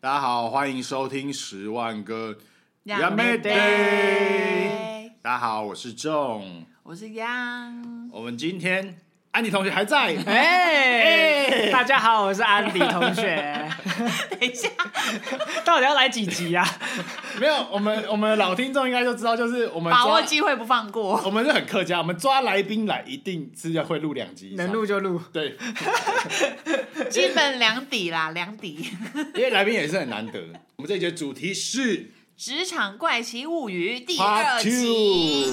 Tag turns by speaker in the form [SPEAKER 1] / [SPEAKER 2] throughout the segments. [SPEAKER 1] 大家好，欢迎收听《十万个
[SPEAKER 2] 亚美
[SPEAKER 1] 美
[SPEAKER 2] 得
[SPEAKER 1] 大家好，我是仲。
[SPEAKER 2] 我是央，
[SPEAKER 1] 我们今天安妮同学还 在，
[SPEAKER 3] 哎、
[SPEAKER 1] 哎
[SPEAKER 3] 大家好，我是安迪同学。
[SPEAKER 2] 等一下，
[SPEAKER 3] 到底要来几集啊？
[SPEAKER 1] 没有？我们我们老听众应该就知道，就是 我们
[SPEAKER 2] 把握
[SPEAKER 1] 抓，
[SPEAKER 2] 机会不 放过。
[SPEAKER 1] 我们是很客家，我们抓来宾来一定是要会录两集以上，
[SPEAKER 3] 能录就录。
[SPEAKER 1] 对，
[SPEAKER 2] 基本两底啦，两底。
[SPEAKER 1] 因为来宾也是很难得。我们这一节主题是
[SPEAKER 2] 《职场怪奇物语》第二
[SPEAKER 1] Part
[SPEAKER 2] 集，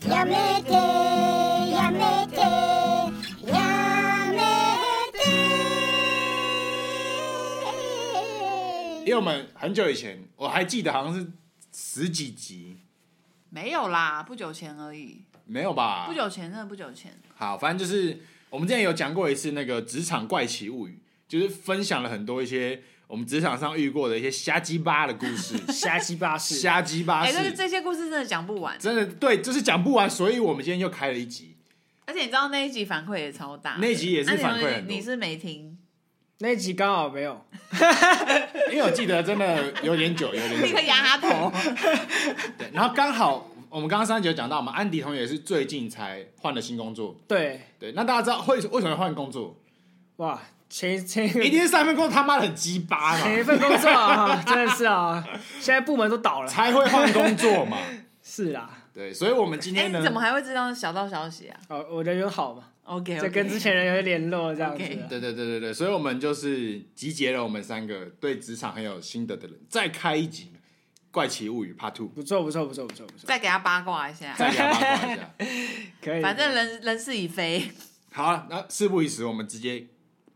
[SPEAKER 1] Two，
[SPEAKER 4] やめてやめてやめて
[SPEAKER 1] 因为我们很久以前，我还记得好像是十几集，
[SPEAKER 2] 没有啦，不久前而已，
[SPEAKER 1] 没有吧？
[SPEAKER 2] 不久前，真的不久前。
[SPEAKER 1] 好，反正就是我们之前有讲过一次那个职场怪奇物语，就是分享了很多一些我们职场上遇过的一些瞎鸡巴的故 事，
[SPEAKER 3] 瞎鸡巴事。
[SPEAKER 1] 瞎鸡巴
[SPEAKER 2] 哎，
[SPEAKER 1] 事，
[SPEAKER 2] 但是这些故事真的讲不完，
[SPEAKER 1] 真的对，就是讲不完，所以我们今天又开了一集。
[SPEAKER 2] 而且你知道那一集反馈也超大，
[SPEAKER 1] 那一集也是
[SPEAKER 2] 啊你
[SPEAKER 1] 反馈
[SPEAKER 2] 们
[SPEAKER 1] 很多
[SPEAKER 2] 你是没听，
[SPEAKER 3] 那一集刚好没有，
[SPEAKER 1] 因为我记得真的有点久，有点
[SPEAKER 2] 那
[SPEAKER 1] 久
[SPEAKER 2] 个。压他
[SPEAKER 1] 哦
[SPEAKER 2] 头，哎
[SPEAKER 1] 对，然后刚好我们刚刚上一集有讲到嘛，安迪同学也是最近才换了新工作。
[SPEAKER 3] 对，
[SPEAKER 1] 对，那大家知道会为什么换工作？
[SPEAKER 3] 哇，前前
[SPEAKER 1] 一定是上一份工作他妈的很鸡巴
[SPEAKER 3] 前一
[SPEAKER 1] 嘛，
[SPEAKER 3] 份工作 啊，真的是啊，现在部门都倒了。
[SPEAKER 1] 才会换工作嘛。
[SPEAKER 3] 是啊啦，
[SPEAKER 1] 对，所以我们今
[SPEAKER 2] 哎，
[SPEAKER 1] 天呢，
[SPEAKER 2] 你怎么还会知道小道消息啊
[SPEAKER 3] 哦，我人缘好嘛，
[SPEAKER 2] ？OK，
[SPEAKER 3] 就跟之前人有联络这样子
[SPEAKER 2] OK
[SPEAKER 3] 啊。
[SPEAKER 1] 对对对对对，所以我们就是集结了我们三个对职场很有心得的人，再开一集《怪奇物语》Part Two，
[SPEAKER 3] 不错，不错，不错，不错，不错，
[SPEAKER 2] 再给他八卦一下，
[SPEAKER 1] 再给他八卦一 下。
[SPEAKER 3] 可以。
[SPEAKER 2] 反正人人事已非，
[SPEAKER 1] 好啊，那事不宜迟，我们直接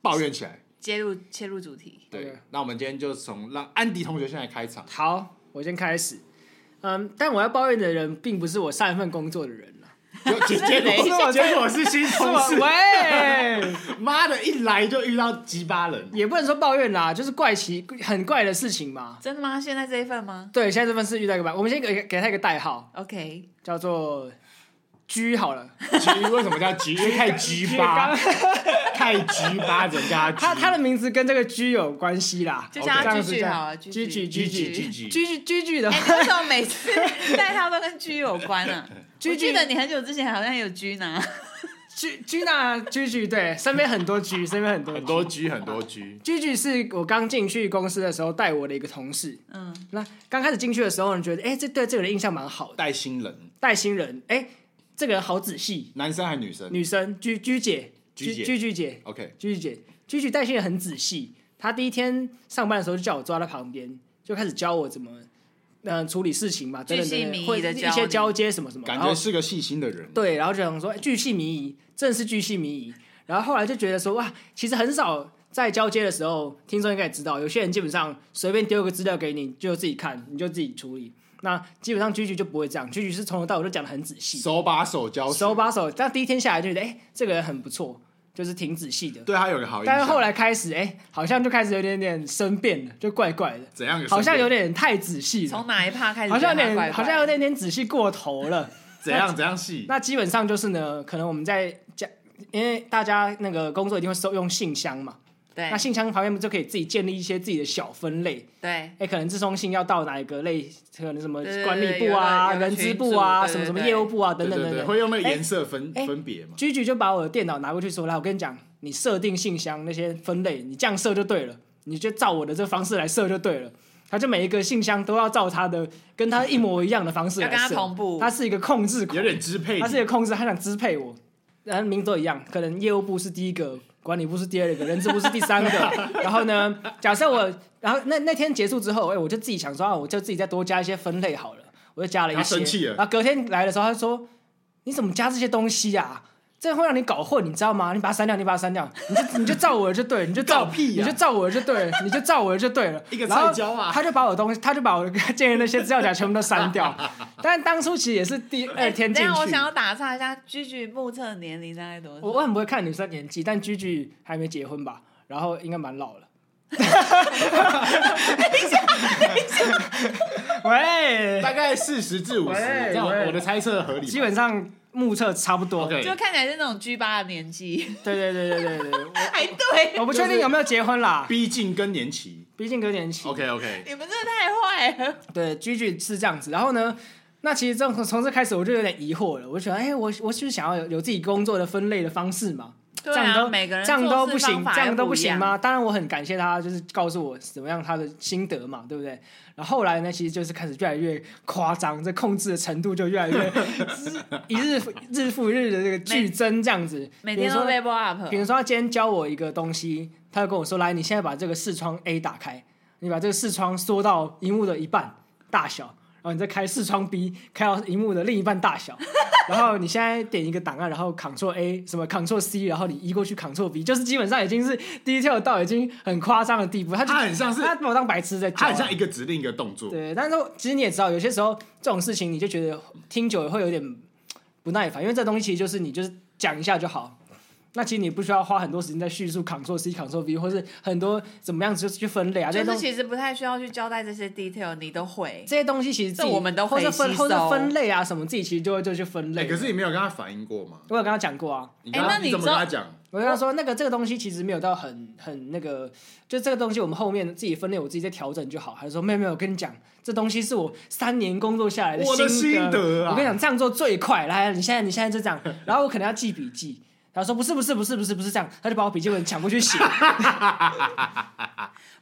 [SPEAKER 1] 抱怨起来。
[SPEAKER 2] 切入切入主题。
[SPEAKER 1] 对
[SPEAKER 3] OK，
[SPEAKER 1] 那我们今天就从让安迪同学先来开场。
[SPEAKER 3] 好，我先开始。嗯，但我要抱怨的人并不是我上一份工作的人啊啦，
[SPEAKER 1] 就结结
[SPEAKER 2] 等一
[SPEAKER 1] 果
[SPEAKER 2] 下
[SPEAKER 1] 结果是新
[SPEAKER 3] 是
[SPEAKER 1] 同
[SPEAKER 3] 我
[SPEAKER 1] 事，
[SPEAKER 3] 喂。
[SPEAKER 1] 妈的，一来就遇到鸡巴人，
[SPEAKER 3] 也不能说抱怨啦，就是怪奇很怪的事情嘛。
[SPEAKER 2] 真的吗？现在这一份吗
[SPEAKER 3] 对，现在这份是遇到一个吧，我们先给给他一个代号，
[SPEAKER 2] ？OK，
[SPEAKER 3] 叫做 G 好了。
[SPEAKER 1] 鸡为什么叫鸡？因为太鸡 巴，太鸡巴，人家
[SPEAKER 3] 他他的名字跟这个 G 有关系啦，
[SPEAKER 2] 就叫他
[SPEAKER 1] OK
[SPEAKER 2] 居居好啊了，
[SPEAKER 3] G
[SPEAKER 2] 居
[SPEAKER 3] G
[SPEAKER 2] 居。
[SPEAKER 1] Gigi，
[SPEAKER 3] G G
[SPEAKER 1] Gigi
[SPEAKER 3] G G G 的
[SPEAKER 2] 哎，
[SPEAKER 3] 话，
[SPEAKER 2] 你为什么每次带他都跟居有关 啊？我
[SPEAKER 3] 居
[SPEAKER 2] 记得你很久之前好像有居呢，
[SPEAKER 3] G G 那 G G 对，身边很多 G，身边很多
[SPEAKER 1] 很
[SPEAKER 3] G
[SPEAKER 1] 多鸡很多鸡，
[SPEAKER 3] G G 是我刚进去公司的时候带我的一个同事。
[SPEAKER 2] 嗯，
[SPEAKER 3] 那刚开始进去的时候，你觉得哎、这对这个人印象蛮好的，
[SPEAKER 1] 带新人，
[SPEAKER 3] 带新人，哎、这个人好仔细。
[SPEAKER 1] 男生还女生
[SPEAKER 3] 女生 G G 姐
[SPEAKER 1] G 姐
[SPEAKER 3] G G 姐
[SPEAKER 1] ？OK，
[SPEAKER 3] 居居姐，居居带训得很仔细。她第一天上班的时候就叫我坐在她旁边，就开始教我怎么嗯、呃处理事情嘛，等等
[SPEAKER 2] 巨细
[SPEAKER 3] 等
[SPEAKER 2] 靡
[SPEAKER 3] 等，
[SPEAKER 2] 遗
[SPEAKER 3] 或者
[SPEAKER 2] 地
[SPEAKER 3] 一
[SPEAKER 2] 教
[SPEAKER 3] 些
[SPEAKER 2] 你
[SPEAKER 3] 交接什么什么。
[SPEAKER 1] 感
[SPEAKER 3] 然后
[SPEAKER 1] 觉是个细心的人。
[SPEAKER 3] 对，然后就想说哎巨细靡遗，正是巨细靡遗。然后后来就觉得说哇，其实很少在交接的时候，听众应该也知道，有些人基本上随便丢个资料给你，就自己看，你就自己处理。那基本上居居就不会这样，居居是从头到尾都讲的很仔细，
[SPEAKER 1] 手把手教学
[SPEAKER 3] 手把手。但第一天下来就觉得，哎、这个人很不错，就是挺仔细的。
[SPEAKER 1] 对他有个好印象。
[SPEAKER 3] 但是后来开始，哎、好像就开始有点点生变了，就怪怪的，
[SPEAKER 1] 怎样个生变？
[SPEAKER 3] 好像有点太仔细了，
[SPEAKER 2] 从哪一趴开始？
[SPEAKER 3] 好像有
[SPEAKER 2] 啊
[SPEAKER 3] 点好像有。点点仔细过头 了。
[SPEAKER 1] 怎样怎样细？
[SPEAKER 3] 那基本上就是呢，可能我们在家，因为大家那个工作一定会收用信箱嘛，
[SPEAKER 2] 对
[SPEAKER 3] 那信箱旁边就可以自己建立一些自己的小 分类。
[SPEAKER 2] 对，
[SPEAKER 3] 哎、可能这封信要到哪一个类，可能什么
[SPEAKER 2] 对对对
[SPEAKER 3] 管理
[SPEAKER 2] 有
[SPEAKER 3] 部
[SPEAKER 2] 个
[SPEAKER 3] 啊、
[SPEAKER 2] 有个
[SPEAKER 3] 人资
[SPEAKER 2] 群
[SPEAKER 3] 部
[SPEAKER 2] 组
[SPEAKER 3] 啊、
[SPEAKER 2] 对
[SPEAKER 3] 什么
[SPEAKER 2] 对
[SPEAKER 3] 什么
[SPEAKER 2] 对
[SPEAKER 3] 业务部啊
[SPEAKER 1] 对
[SPEAKER 3] 等等
[SPEAKER 1] 对
[SPEAKER 3] 等
[SPEAKER 1] 对，
[SPEAKER 3] 等。
[SPEAKER 1] 会用那个颜色分
[SPEAKER 3] 哎
[SPEAKER 1] 分别嘛？
[SPEAKER 3] 居居就把我的电脑拿过去说：“来，我跟你讲，你设定信箱那些分类，你这样设就对了，你就照我的这方式来设就对了。”他就每一个信箱都要照他的跟他一模一样的方式
[SPEAKER 2] 要
[SPEAKER 3] 来
[SPEAKER 2] 跟他
[SPEAKER 3] 设
[SPEAKER 2] 同步
[SPEAKER 3] 他啊是一个控制狂
[SPEAKER 1] 有，点支配你
[SPEAKER 3] 他是一个控制，他想支配我。然后名字都一样，可能业务部是第一个，管理部是第二个，人事部是第 三个。然后呢，假设我，然后那那天结束之后，哎、我就自己想说啊，我就自己再多加一些分类好了，我就加了一些。
[SPEAKER 1] 他生气了
[SPEAKER 3] 然后隔天来的时候，他就说：“你怎么加这些东西啊？这会让你搞混，你知道吗？你把它删掉，你把它删掉，你就你就照我的就对了，你就照
[SPEAKER 1] 搞屁呀
[SPEAKER 3] 你就照我的就对了，你就照我的就对了。
[SPEAKER 1] 一个
[SPEAKER 3] 然后
[SPEAKER 1] 菜椒啊
[SPEAKER 3] 他就把我东西，他就把我建的那些资料夹全部都删掉。但当初其实也是第二天进
[SPEAKER 2] 哎等
[SPEAKER 3] 去
[SPEAKER 2] 一，下我想要打岔一下，居居目测年龄大概多
[SPEAKER 3] 我
[SPEAKER 2] 少？
[SPEAKER 3] 我很不会看女生年纪，但居居还没结婚吧，然后应该蛮老 了。喂，
[SPEAKER 1] 大概四十至五十，
[SPEAKER 3] 喂
[SPEAKER 1] 这样
[SPEAKER 3] 喂
[SPEAKER 1] 我的猜测合理吧。
[SPEAKER 3] 基本上目测差不多。
[SPEAKER 1] OK，
[SPEAKER 2] 就看起来是那种居八的年纪，
[SPEAKER 3] 对对对对对对，我
[SPEAKER 2] 还对对，
[SPEAKER 3] 我不确定有没有结婚啦，
[SPEAKER 1] 逼近更年期。
[SPEAKER 3] 毕竟更年期。
[SPEAKER 1] OK OK，
[SPEAKER 2] 你们真的太坏 了。
[SPEAKER 3] 对，居居是这样子。然后呢，那其实这从从这开始我就有点疑惑了，我就觉得，哎、我我就是想要有有自己工作的分类的方式嘛，
[SPEAKER 2] 对
[SPEAKER 3] 这样
[SPEAKER 2] 啊，
[SPEAKER 3] 都
[SPEAKER 2] 每个人
[SPEAKER 3] 这样都
[SPEAKER 2] 做事
[SPEAKER 3] 行，
[SPEAKER 2] 方法
[SPEAKER 3] 这样
[SPEAKER 2] 又
[SPEAKER 3] 都
[SPEAKER 2] 不一
[SPEAKER 3] 行
[SPEAKER 2] 样？
[SPEAKER 3] 吗？当然我很感谢他，就是告诉我怎么样他的心得嘛，对不对？然后后来呢，其实就是开始越来越夸张，这控制的程度就越来越 日一日复日复一日的这个剧增这样子。
[SPEAKER 2] 每
[SPEAKER 3] 比
[SPEAKER 2] 天
[SPEAKER 3] 如说
[SPEAKER 2] 都 level up，
[SPEAKER 3] 比如说他今天教我一个东西，他就跟我说：“来，你现在把这个视窗 A 打开，你把这个视窗缩到荧幕的一半大小，然后你再开视窗 B，开到荧幕的另一半 大小。然后你现在点一个档案，然后 Ctrl A 什么 Ctrl C，然后你移过去 Ctrl B，就是基本上已经是 detail 到已经很夸张的地步。他就
[SPEAKER 1] 他很像是
[SPEAKER 3] 他把我当白痴在教
[SPEAKER 1] 它
[SPEAKER 3] 啊，
[SPEAKER 1] 很像一个指令一个动作。
[SPEAKER 3] 对，但是其实你也知道，有些时候这种事情你就觉得听久了会有点不耐烦，因为这东西其实就是你就是讲一下就好。那其实你不需要花很多时间在叙述 Ctrl C、Ctrl V，或是很多怎么样子就去分类啊，
[SPEAKER 2] 就是
[SPEAKER 3] 这些东
[SPEAKER 2] 其实不太需要去交代这些 detail，你都会。
[SPEAKER 3] 这些东西其实自己
[SPEAKER 2] 这我们都
[SPEAKER 3] 或
[SPEAKER 2] 可以
[SPEAKER 3] 是分
[SPEAKER 2] 吸
[SPEAKER 3] 或是
[SPEAKER 2] 收哦
[SPEAKER 3] 分类啊什么，自己其实就会就去分
[SPEAKER 1] 哎、
[SPEAKER 3] 类。
[SPEAKER 1] 可是你没有跟他反映过吗？
[SPEAKER 3] 我有跟他讲过啊，
[SPEAKER 1] 你跟他、
[SPEAKER 2] 哎那你
[SPEAKER 1] 怎么
[SPEAKER 2] 知
[SPEAKER 1] 跟
[SPEAKER 2] 道
[SPEAKER 1] 他讲？
[SPEAKER 3] 我跟他说那个这个东西其实没有到很很那个，就这个东西我们后面自己分类，我自己再调整就好。他就说没有没有，我跟你讲，这东西是我三年工作下来
[SPEAKER 1] 我的
[SPEAKER 3] 心
[SPEAKER 1] 心得啊
[SPEAKER 3] 我跟你讲，这样做最快。来，你现在你现在就这样，然后我可能要记笔记。他说不是不是不是不是不是这样，他就把我笔记本抢过 去写。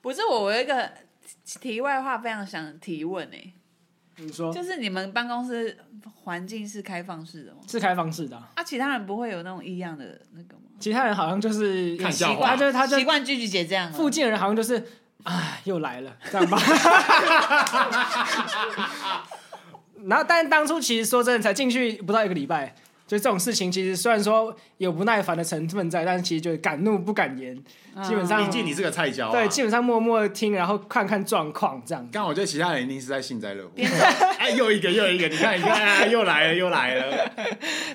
[SPEAKER 2] 不是我，我有一个题外话，非常想提问诶、
[SPEAKER 3] 你说
[SPEAKER 2] 就是你们办公室环境是开放式的吗？
[SPEAKER 3] 是开放式的啊、
[SPEAKER 2] 啊，其他人不会有那种异样的那个吗？
[SPEAKER 3] 其他人好像就是
[SPEAKER 1] 看笑话
[SPEAKER 3] 他就他就
[SPEAKER 2] 习惯聚聚姐这样了，啊
[SPEAKER 3] 附近的人好像就是，哎，又来了，这样吧。 然后，但当初其实说真的，才进去不到一个礼拜，就这种事情，其实虽然说有不耐烦的成分在，但是其实就敢怒不敢言，
[SPEAKER 2] 嗯
[SPEAKER 3] 基本上
[SPEAKER 1] 毕竟你是个菜椒、啊。
[SPEAKER 3] 对，基本上默默地听，然后看看状况这样。
[SPEAKER 1] 刚好我觉得其他人一定是在幸灾乐 祸。哎，又一个又一个，你看你看，哎又来了又来了。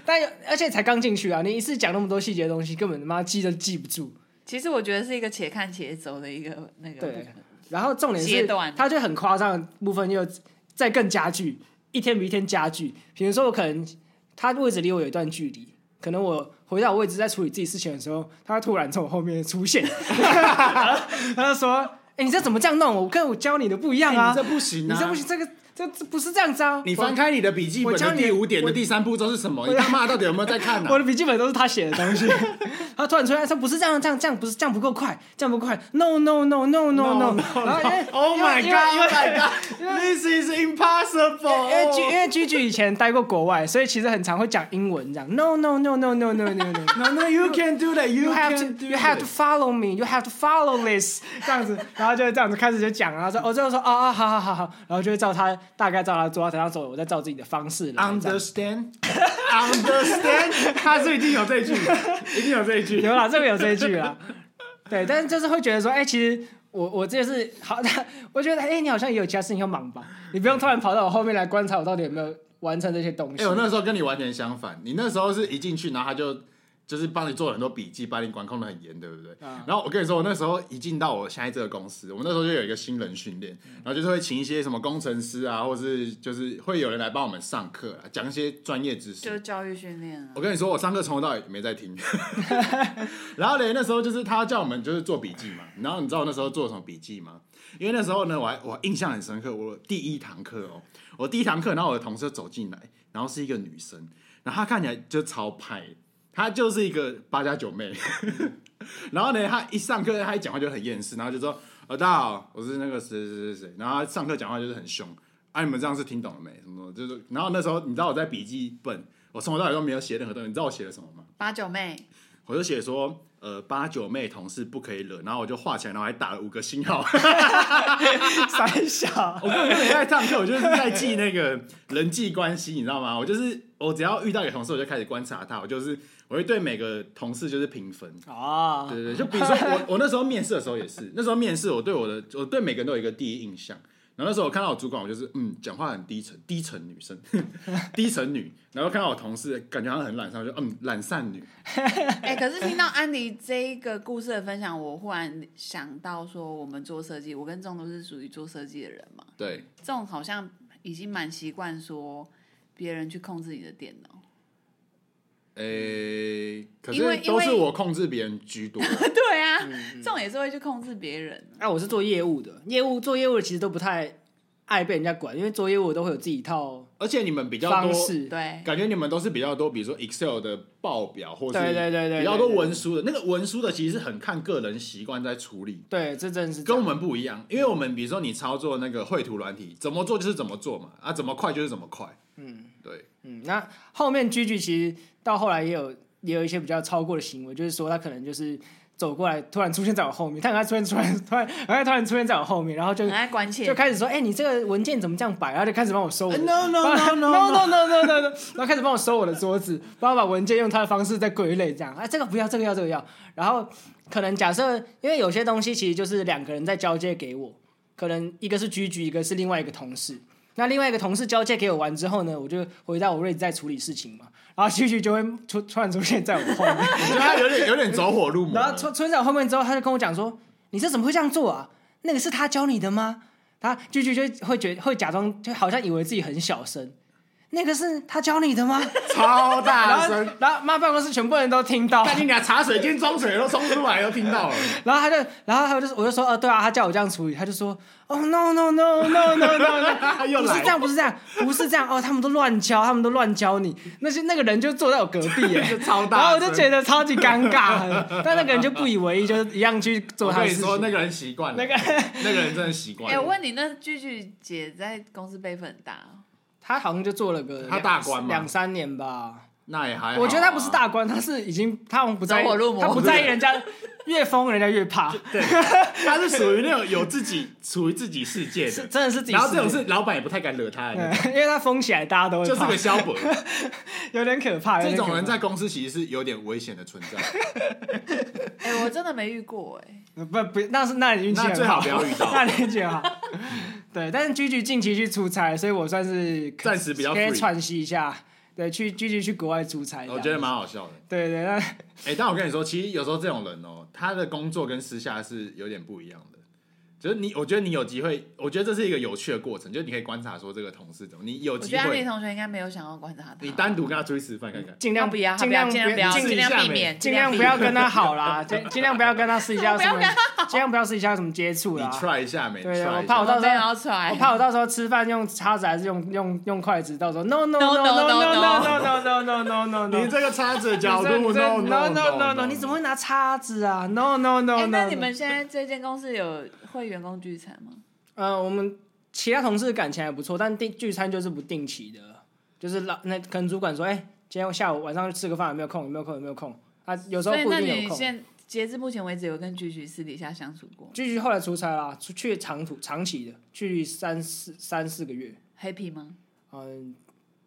[SPEAKER 3] 但有而且才刚进去啊，你一次讲那么多细节的东西，根本他妈记都记不住。
[SPEAKER 2] 其实我觉得是一个且看且走的一个那个。
[SPEAKER 3] 对，然后重点
[SPEAKER 2] 阶
[SPEAKER 3] 是
[SPEAKER 2] 段，
[SPEAKER 3] 他就很夸张的部分又再更加剧，一天比一天加剧。比如说，我可能他位置离我有一段距离，可能我回到我位置在处理自己事情的时候，他突然从我后面出现，他就说：“哎、你这怎么这样弄？我跟我教你的不一样啊！
[SPEAKER 1] 你这不行
[SPEAKER 3] 你
[SPEAKER 1] 啊！
[SPEAKER 3] 这不行，这个这这不是这样子啊！”
[SPEAKER 1] 你翻开你的笔记本
[SPEAKER 3] 我教
[SPEAKER 1] 的
[SPEAKER 3] 你
[SPEAKER 1] 第五点的第三步骤是什么？你他妈到底有没有在看呢、
[SPEAKER 3] 我
[SPEAKER 1] 啊？
[SPEAKER 3] 的笔记本都是他写的东西， 他突然出来说不哎是这样，这样这样不是这样不够快，这样不够快，no no no no no no，然后因为
[SPEAKER 1] Oh my
[SPEAKER 3] 因为因为
[SPEAKER 1] god! Oh my god! This is
[SPEAKER 3] 因为
[SPEAKER 1] impossible!
[SPEAKER 3] 居因为居居以前待过国外，所以其实很常会讲英文这样。No no no no no no no no。
[SPEAKER 1] No, no, you can do that.
[SPEAKER 3] You
[SPEAKER 1] You
[SPEAKER 3] have
[SPEAKER 1] can
[SPEAKER 3] to,
[SPEAKER 1] do
[SPEAKER 3] you have to
[SPEAKER 1] that.
[SPEAKER 3] follow me. You have to follow this，这样子，然后就这样子开始就讲，然后说，我、哦、最后说，啊、啊，好好好好，然后就会照他大概照他做，他怎样走，我再照自己的方式来。这样
[SPEAKER 1] Understand? Understand? 他是一定有这一句，一定有这一句。
[SPEAKER 3] 有啦，这个有这一句啦。对，但是就是会觉得说，哎、其实我我这是好，我觉得，哎、你好像也有其他事情要忙吧，你不用突然跑到我后面来观察我到底有没有完成这些东西。
[SPEAKER 1] 哎、我那时候跟你完全相反，你那时候是一进去，然后他就就是帮你做了很多笔记，把你管控的很严，对不对？
[SPEAKER 3] 嗯
[SPEAKER 1] 然后我跟你说，我那时候一进到我现在这个公司，我们那时候就有一个新人训练，然后就是会请一些什么工程师啊，或是就是会有人来帮我们上课啊，讲一些专业知识
[SPEAKER 2] 就。教育训练啊
[SPEAKER 1] 我，跟你说，我上课从头到尾没在听。 然后嘞，那时候就是他叫我们就是做笔记嘛，然后你知道我那时候做什么笔记吗？因为那时候呢，我还我印象很深刻，我第一堂课哦，我第一堂课，然后我的同事走进来，然后是一个女生，然后她看起来就超派，她就是一个八家九妹。 然后呢，她一上课，她一讲话就很厌世，然后就说：“呃，大家好，我是那个谁谁谁谁。”然后她上课讲话就是很凶，啊，你们这样是听懂了没？什么就是，然后那时候你知道我在笔记本，我从头到尾都没有写任何东西，你知道我写了什么吗？
[SPEAKER 2] 八九妹，
[SPEAKER 1] 我就写说，呃，八九妹同事不可以惹，然后我就画起来，然后还打了五个星号。
[SPEAKER 3] 三小，
[SPEAKER 1] 我根本就没在上课，我就是在记那个人际关系，你知道吗？我就是我只要遇到一个同事，我就开始观察他，我就是我会对每个同事就是评分。
[SPEAKER 3] 啊，
[SPEAKER 1] 对对，对就比如说我我那时候面试的时候也是，那时候面试我对我的我对每个人都有一个第一印象。然后那时候我看到我主管，我就是嗯，讲话很低沉，低沉女生， 低沉女。然后看到我同事，感觉她很懒散，我就嗯，懒散女。
[SPEAKER 2] 哎、可是听到安迪这一个故事的分享，我忽然想到说，我们做设计，我跟仲都是属于做设计的人嘛，
[SPEAKER 1] 对，
[SPEAKER 2] 这种好像已经蛮习惯说别人去控制你的电脑，
[SPEAKER 1] 诶、可
[SPEAKER 2] 因为
[SPEAKER 1] 是
[SPEAKER 2] 因
[SPEAKER 1] 都
[SPEAKER 2] 为
[SPEAKER 1] 是我控制别人居多。
[SPEAKER 2] 对啊，
[SPEAKER 3] 嗯
[SPEAKER 2] 这种也是会去控制别人。
[SPEAKER 3] 啊，我是做业务的，业务做业务的其实都不太爱被人家管，因为做业务我都会有自己一套
[SPEAKER 1] 而且你们比较多
[SPEAKER 3] 方式。
[SPEAKER 2] 对，
[SPEAKER 1] 感觉你们都是比较多，比如说 Excel 的报表，或是
[SPEAKER 3] 对对对对对
[SPEAKER 1] 比较多文书的。那个文书的其实是很看个人习惯在处理，
[SPEAKER 3] 对，这真的是这
[SPEAKER 1] 跟
[SPEAKER 3] 样
[SPEAKER 1] 我们不一样。因为我们比如说你操作那个绘图软体，怎么做就是怎么做嘛，啊，怎么快就是怎么快。嗯，对，
[SPEAKER 3] 嗯，那后面居居其实到后来也有也有一些比较超过的行为，就是说他可能就是走过来，突然出现在我后面，他很爱出现突然突然很爱突然出现在我后面，然后就
[SPEAKER 2] 很爱关切
[SPEAKER 3] 就。开始说，哎、你这个文件怎么这样摆？然后就开始帮我收我的。
[SPEAKER 1] 哎，no, no,
[SPEAKER 3] 帮
[SPEAKER 1] no, no,
[SPEAKER 3] no no no no no no，然 后开始哎帮我收我的桌子，帮我把文件用他的方式再归类，这样，哎，这个不要，这个要，这个要。然后可能假设，因为有些东西其实就是两个人在交接给我，可能一个是居居，一个是另外一个同事。那另外一个同事交接给我完之后呢，我就回到我位置在处理事情嘛，然后居居就会突突然出现在我后面，
[SPEAKER 1] 我觉得他有点有点走火入魔
[SPEAKER 3] 然
[SPEAKER 1] 了
[SPEAKER 3] 后。村村长后面之后，他就跟我讲说：“你这怎么会这样做啊？那个是他教你的吗？”他句句就会觉会假装，就好像以为自己很小声。那个是他教你的吗？
[SPEAKER 1] 超
[SPEAKER 3] 然
[SPEAKER 1] 大
[SPEAKER 3] 后
[SPEAKER 1] 声，
[SPEAKER 3] 然后妈办公室全部人都听到，
[SPEAKER 1] 赶紧给他茶水间装水都冲出来，都听到 了。
[SPEAKER 3] 然后他就，然后他就我就说：“呃，对啊，他叫我这样处理。”他就说：“哦，no no no no no no no，
[SPEAKER 1] 又
[SPEAKER 3] 不是
[SPEAKER 1] 来
[SPEAKER 3] 这样，不是这样，不是这样哦，他们都乱教，他们都乱教你。那些那个人就坐在我隔壁耶，
[SPEAKER 1] 超大
[SPEAKER 3] 然后我就
[SPEAKER 1] 声
[SPEAKER 3] 觉得超级尴尬的，但那个人就不以为意，就是一样去做
[SPEAKER 1] 我
[SPEAKER 3] 他
[SPEAKER 1] 跟
[SPEAKER 3] 的
[SPEAKER 1] 你
[SPEAKER 3] 事情。
[SPEAKER 1] 说，那个人习惯了，
[SPEAKER 3] 那
[SPEAKER 1] 那
[SPEAKER 3] 个
[SPEAKER 1] 个那个人真的习惯
[SPEAKER 2] 哎、
[SPEAKER 1] 了。
[SPEAKER 2] 我问你，那句句姐在公司辈分很大哦、
[SPEAKER 3] 他好像就做了个
[SPEAKER 1] 他
[SPEAKER 3] 两
[SPEAKER 1] 大官嘛
[SPEAKER 3] 两三年吧。
[SPEAKER 1] 那也还好啊，
[SPEAKER 3] 我觉得他不是大官，他是已经他好像不在意
[SPEAKER 2] 走火入魔
[SPEAKER 3] 他不在意人家越疯，人家越怕，
[SPEAKER 1] 对，他是属于那种有自己属于自己世界
[SPEAKER 3] 是
[SPEAKER 1] 的，
[SPEAKER 3] 真的是自己。嗯
[SPEAKER 1] 然后这种事，老板也不太敢惹他的那种，
[SPEAKER 3] 对， 因为他疯起来，大家都会
[SPEAKER 1] 就是
[SPEAKER 3] 怕，
[SPEAKER 1] 个萧伯。
[SPEAKER 3] 有点可怕。有
[SPEAKER 1] 这
[SPEAKER 3] 点
[SPEAKER 1] 种
[SPEAKER 3] 可
[SPEAKER 1] 人
[SPEAKER 3] 怕
[SPEAKER 1] 在公司其实是有点危险的存在，
[SPEAKER 2] 哎、我真的没遇过哎、
[SPEAKER 3] 不不，那是那你运气
[SPEAKER 1] 那
[SPEAKER 3] 很
[SPEAKER 1] 最好不要遇到
[SPEAKER 3] 那你运气很好。对，但是居居近期去出差，所以我算是可
[SPEAKER 1] 暂时比较
[SPEAKER 3] 可以
[SPEAKER 1] free
[SPEAKER 3] 喘息一下。对，去居居去国外出差，
[SPEAKER 1] 我觉得蛮好笑的。
[SPEAKER 3] 对对，那
[SPEAKER 1] 哎、但我跟你说，其实有时候这种人哦、他的工作跟私下是有点不一样的。就是你，我觉得你有机会，我觉得这是一个有趣的过程，就是你可以观察说这个同事怎么，你有
[SPEAKER 2] 我
[SPEAKER 1] 机
[SPEAKER 2] 觉得安迪
[SPEAKER 1] 会，
[SPEAKER 2] 同学应该没有想要观察他，啊
[SPEAKER 1] 你单独跟他出去吃饭看看。
[SPEAKER 3] 尽
[SPEAKER 2] 他
[SPEAKER 3] 量
[SPEAKER 2] 不要，他
[SPEAKER 3] 尽
[SPEAKER 2] 不要
[SPEAKER 3] 量
[SPEAKER 2] 尽量不要，
[SPEAKER 1] 尽
[SPEAKER 2] 尽
[SPEAKER 1] 量
[SPEAKER 2] 量
[SPEAKER 1] 避
[SPEAKER 2] 避
[SPEAKER 1] 免
[SPEAKER 2] 免，
[SPEAKER 3] 尽量
[SPEAKER 2] 避
[SPEAKER 3] 不
[SPEAKER 2] 免
[SPEAKER 3] 要跟他好 啦，尽尽量不要跟他私底下有什么
[SPEAKER 2] 不要跟，
[SPEAKER 3] 尽量不要私底下有什么接触
[SPEAKER 1] 你
[SPEAKER 3] 啦。
[SPEAKER 1] try 一下没？
[SPEAKER 3] 对
[SPEAKER 1] try 一下
[SPEAKER 3] 我怕我
[SPEAKER 2] 我
[SPEAKER 3] 到时
[SPEAKER 2] 没有
[SPEAKER 3] 候，
[SPEAKER 2] 要出来，
[SPEAKER 3] 我怕我到时候吃饭用叉子还是用用用筷子，到时候 no
[SPEAKER 2] No,
[SPEAKER 3] no
[SPEAKER 2] no, no,
[SPEAKER 3] no no no no no no no no no
[SPEAKER 1] 你
[SPEAKER 3] no。
[SPEAKER 1] 这个叉子的角度
[SPEAKER 3] 你这
[SPEAKER 1] ，no
[SPEAKER 3] no
[SPEAKER 1] no
[SPEAKER 3] no no no，你怎么会拿叉子啊？No no no
[SPEAKER 2] 哎、
[SPEAKER 3] no。
[SPEAKER 2] 那你们现在这间公司有会员工聚餐吗？
[SPEAKER 3] 呃，我们其他同事感情还不错，但定聚餐就是不定期的，就是老那可能主管说，哎、今天下午晚上去吃个饭，有没有空？有没有空？有没有空？啊，有时候
[SPEAKER 2] 所以
[SPEAKER 3] 不
[SPEAKER 2] 那
[SPEAKER 3] 一定有
[SPEAKER 2] 你
[SPEAKER 3] 空。
[SPEAKER 2] 现截至目前为止有跟菊菊私底下相处过
[SPEAKER 3] 继续后来出差啦，出去长途长期的，去三四三四个月，
[SPEAKER 2] ，happy 吗？
[SPEAKER 3] 嗯，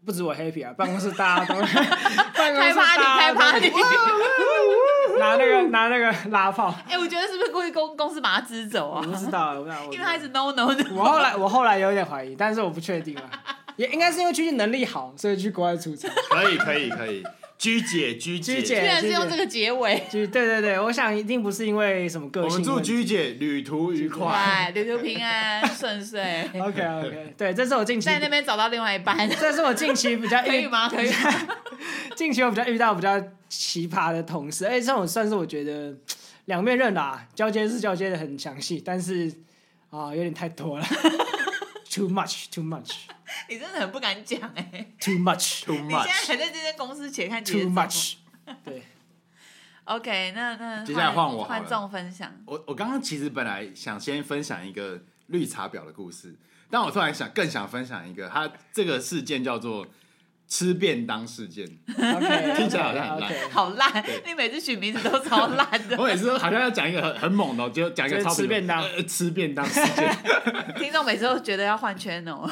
[SPEAKER 3] 不止我 happy 啊，办公室 大家都办公
[SPEAKER 2] 开
[SPEAKER 3] 室大家
[SPEAKER 2] 趴
[SPEAKER 3] 都
[SPEAKER 2] 你开趴你，
[SPEAKER 3] 拿那个拿那个拉炮，
[SPEAKER 2] 哎、我觉得是不是故意公公司把他支走
[SPEAKER 3] 我不
[SPEAKER 2] 啊？
[SPEAKER 3] 知道， 我不知道，我
[SPEAKER 2] 因为他一直 no no 的，
[SPEAKER 3] 我后来我后来有点怀疑，但是我不确定啊，也应该是因为居居能力好，所以去国外出差。
[SPEAKER 1] 可以可以可 以，居姐居
[SPEAKER 3] 居姐
[SPEAKER 2] 居然是
[SPEAKER 3] 谢谢
[SPEAKER 2] 用这个结尾。
[SPEAKER 3] 就是对对对，我想一定不是因为什么个
[SPEAKER 1] 我
[SPEAKER 3] 性问
[SPEAKER 1] 们
[SPEAKER 3] 题。
[SPEAKER 1] 祝居姐旅途愉快。
[SPEAKER 2] 哎，旅途平安顺 遂，
[SPEAKER 3] OK OK，对，这是我近期
[SPEAKER 2] 在，那边找到另外一 半，
[SPEAKER 3] 这是我近期比较
[SPEAKER 2] 可以
[SPEAKER 3] 遇
[SPEAKER 2] 吗？可以吗，
[SPEAKER 3] 近期我比较遇到比较奇葩的同事，而且这种算是我觉得两面刃啦，交接是交接的很详细，但是啊、有点太多了 ，too much，too much，too
[SPEAKER 2] 你真的很不敢讲哎，
[SPEAKER 3] much，too
[SPEAKER 1] Too
[SPEAKER 2] 你现在
[SPEAKER 1] much。
[SPEAKER 2] 还在这间公司且看节奏。
[SPEAKER 3] much，对，
[SPEAKER 2] OK，那那
[SPEAKER 1] 接下来换我好了
[SPEAKER 2] 换众分享，
[SPEAKER 1] 我我刚刚其实本来想先分享一个绿茶婊的故事，但我突然想更想分享一个，它这个事件叫做吃便当事件。
[SPEAKER 3] OK，
[SPEAKER 1] 听起来好像很烂
[SPEAKER 3] OK，
[SPEAKER 2] 好烂，你每次取名字都超烂 的，
[SPEAKER 1] 我每次都好像要讲一个很很猛的，哦就讲一个
[SPEAKER 3] 就是
[SPEAKER 1] 超
[SPEAKER 3] 吃便当
[SPEAKER 1] 呃呃吃便当事 件。
[SPEAKER 2] 听众每次都觉得要换哦 channel，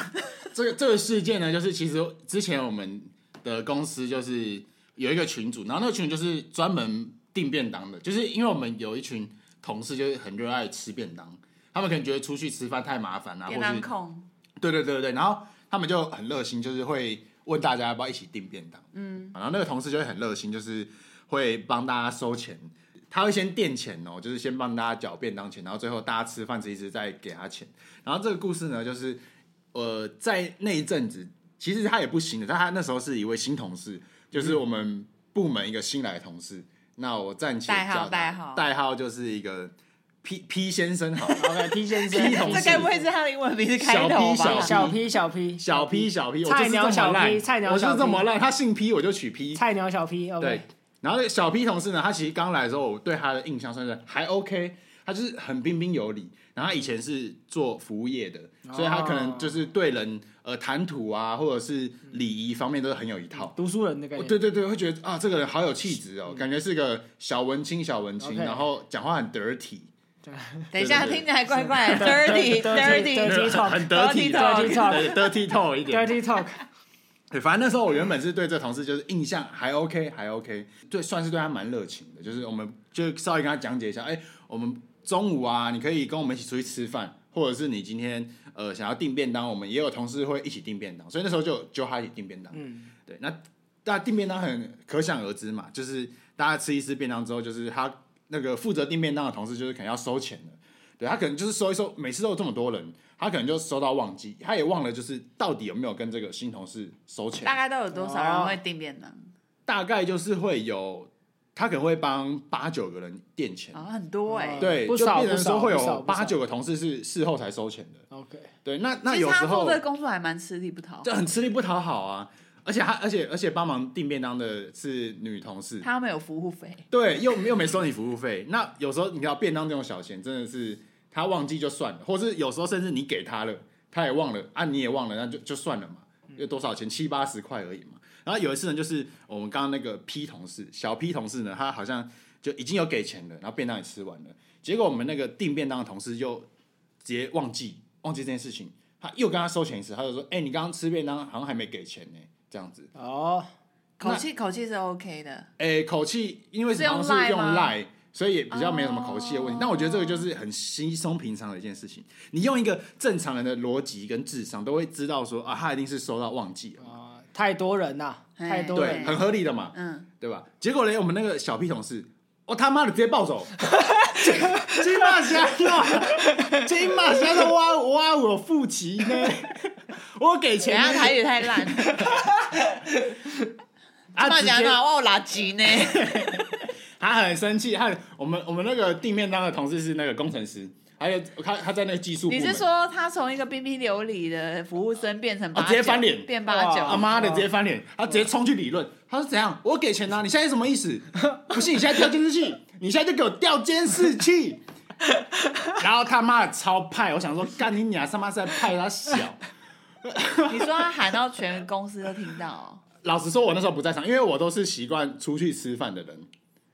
[SPEAKER 1] 这个这个事件呢，就是其实之前我们的公司就是有一个群组，然后那个群就是专门订便当的，就是因为我们有一群同事就是很热爱吃便当，他们可能觉得出去吃饭太麻烦啊，或
[SPEAKER 2] 便当
[SPEAKER 1] 是
[SPEAKER 2] 控，
[SPEAKER 1] 对对对对对，然后他们就很热心，就是会问大家要不要一起订便当，嗯，然后那个同事就会很热心，就是会帮大家收钱，他会先垫钱哦，就是先帮大家缴便当钱，然后最后大家吃饭吃一吃再给他钱。然后这个故事呢，就是呃，在那一阵子，其实他也不行的，但他那时候是一位新同事，就是我们。部门一个新来的同事，那我暂且
[SPEAKER 2] 代号
[SPEAKER 1] 叫他
[SPEAKER 2] 代号
[SPEAKER 1] 代号就是一个 P P 先生好了，
[SPEAKER 3] OK P 先生，
[SPEAKER 1] P 同
[SPEAKER 2] 这
[SPEAKER 1] 事
[SPEAKER 2] 该不会是他的英文名字开头吧？
[SPEAKER 1] 小 P，
[SPEAKER 3] 小 P 小 P
[SPEAKER 1] 小 P 小 P，我就
[SPEAKER 3] 菜
[SPEAKER 1] 是这
[SPEAKER 3] 鸟
[SPEAKER 1] 么
[SPEAKER 3] 小 P
[SPEAKER 1] 烂，
[SPEAKER 3] 菜鸟
[SPEAKER 1] 我就
[SPEAKER 3] 小
[SPEAKER 1] 是
[SPEAKER 3] P
[SPEAKER 1] 这么烂，他姓 P 我就取 P，
[SPEAKER 3] 菜鸟小 P
[SPEAKER 1] 对
[SPEAKER 3] OK，，
[SPEAKER 1] 然后小 P 同事呢，他其实刚来的时候，我对他的印象算是还 OK，他就是很彬彬有礼。然后他以前是做服务业的，所以他可能就是
[SPEAKER 3] 哦
[SPEAKER 1] 对人呃谈吐啊，或者是礼仪方面都是很有一套。
[SPEAKER 3] 读书人的概
[SPEAKER 1] 哦
[SPEAKER 3] 念，
[SPEAKER 1] 对对对，会觉得啊，这个人好有气质哦，感觉是个小文青，小文青，
[SPEAKER 3] OK
[SPEAKER 1] 然后讲话很得体，
[SPEAKER 2] 等一下，
[SPEAKER 1] 对对对
[SPEAKER 2] 听起来怪怪的，dirty
[SPEAKER 3] 对
[SPEAKER 2] dirty。
[SPEAKER 3] Dirty talk
[SPEAKER 1] 很得体
[SPEAKER 2] dirty
[SPEAKER 1] 的
[SPEAKER 2] talk
[SPEAKER 1] 对，dirty talk 一点。
[SPEAKER 3] dirty talk，
[SPEAKER 1] 对，反正那时候我原本是对这同事就是印象还 OK，还 OK，对，算是对他蛮热情的。就是我们就稍微跟他讲解一下，哎、我们中午啊，你可以跟我们一起出去吃饭，或者是你今天呃想要订便当，我们也有同事会一起订便当，所以那时候就就他一起订便当。
[SPEAKER 3] 嗯，
[SPEAKER 1] 对，那大家订便当很可想而知嘛，就是大家吃一次便当之后，就是他那个负责订便当的同事，就是可能要收钱了。对他可能就是收一收，每次都有这么多人，他可能就收到忘记，他也忘了就是到底有没有跟这个新同事收钱
[SPEAKER 2] 大。概都有多少人会订便当？
[SPEAKER 1] 大概就是会有，他可能会帮八九个人垫钱，
[SPEAKER 2] 哦，很多哎、
[SPEAKER 3] 哦
[SPEAKER 1] 对，
[SPEAKER 3] 不
[SPEAKER 1] 就
[SPEAKER 3] 少
[SPEAKER 1] 变成
[SPEAKER 3] 不少
[SPEAKER 1] 说会
[SPEAKER 3] 不少
[SPEAKER 1] 有
[SPEAKER 3] 不少
[SPEAKER 1] 八九个同事是事后才收钱的，
[SPEAKER 3] OK，
[SPEAKER 1] 对，那那
[SPEAKER 2] 其
[SPEAKER 1] 有
[SPEAKER 2] 实
[SPEAKER 1] 时
[SPEAKER 2] 他做
[SPEAKER 1] 候
[SPEAKER 2] 这个工作还蛮吃力不讨好
[SPEAKER 1] 就，很吃力不讨好啊，而且他而且而且帮忙订便当的是女同事，
[SPEAKER 2] 他们有服务费，
[SPEAKER 1] 对，又又没收你服务费，那有时候你知道便当这种小钱真的是他忘记就算了，或是有时候甚至你给他了，他也忘了啊，你也忘了，那就就算了嘛，有多少钱七八十块而已嘛。然后有一次呢，就是我们刚刚那个 P 同事，小 P 同事呢，他好像就已经有给钱了，然后便当也吃完了，结果我们那个订便当的同事就直接忘记忘记这件事情，他又跟他收钱一次，他就说：“哎、你刚刚吃便当好像还没给钱呢、这样子。”
[SPEAKER 3] 哦，
[SPEAKER 2] 口气口气是 OK 的，
[SPEAKER 1] 诶、口气因为
[SPEAKER 2] 是用
[SPEAKER 1] 好像是
[SPEAKER 2] line
[SPEAKER 1] 用
[SPEAKER 2] 吗哦
[SPEAKER 1] lie，所以也比较没有什么口气的问题。但我觉得这个就是很稀松平常的一件事情。你用一个正常人的逻辑跟智商，都会知道说啊，他一定是收到忘记了，
[SPEAKER 3] 啊，太多人呐，
[SPEAKER 2] 哎
[SPEAKER 3] 太多
[SPEAKER 1] 对，
[SPEAKER 3] 人，
[SPEAKER 1] 很合理的嘛，
[SPEAKER 2] 嗯，
[SPEAKER 1] 对吧？结果嘞，我们那个小屁同事，我、他妈的直接暴 走，金马侠诺，金马侠诺挖挖我腹肌呢， 我给
[SPEAKER 2] 前
[SPEAKER 1] 钱
[SPEAKER 2] 下
[SPEAKER 1] 呢，
[SPEAKER 2] 台语 太烂，
[SPEAKER 1] 啊
[SPEAKER 2] 骂
[SPEAKER 1] 直接
[SPEAKER 2] 讲哪我有垃圾呢？
[SPEAKER 1] 他很生气，他很我们我们那个地面当的同事是那个工程师，还有他他在那个技术部
[SPEAKER 2] 你
[SPEAKER 1] 门，
[SPEAKER 2] 是说他从一个彬彬有礼的服务生变成八
[SPEAKER 1] 哦
[SPEAKER 2] 九，
[SPEAKER 1] 直接翻脸
[SPEAKER 2] 变八九？
[SPEAKER 1] 啊
[SPEAKER 3] 哇
[SPEAKER 1] 妈的直接翻脸，他直接冲去理论，他说怎样？我给钱啊，你现在什么意思？ 不信你现在调监视器，你现在就给我调监视器。 然后他妈的超派，我想说干你娘，他妈是在派他小。
[SPEAKER 2] 你说他喊到全公司都听到哦？
[SPEAKER 1] 老实说，我那时候不在场，因为我都是习惯出去吃饭的人，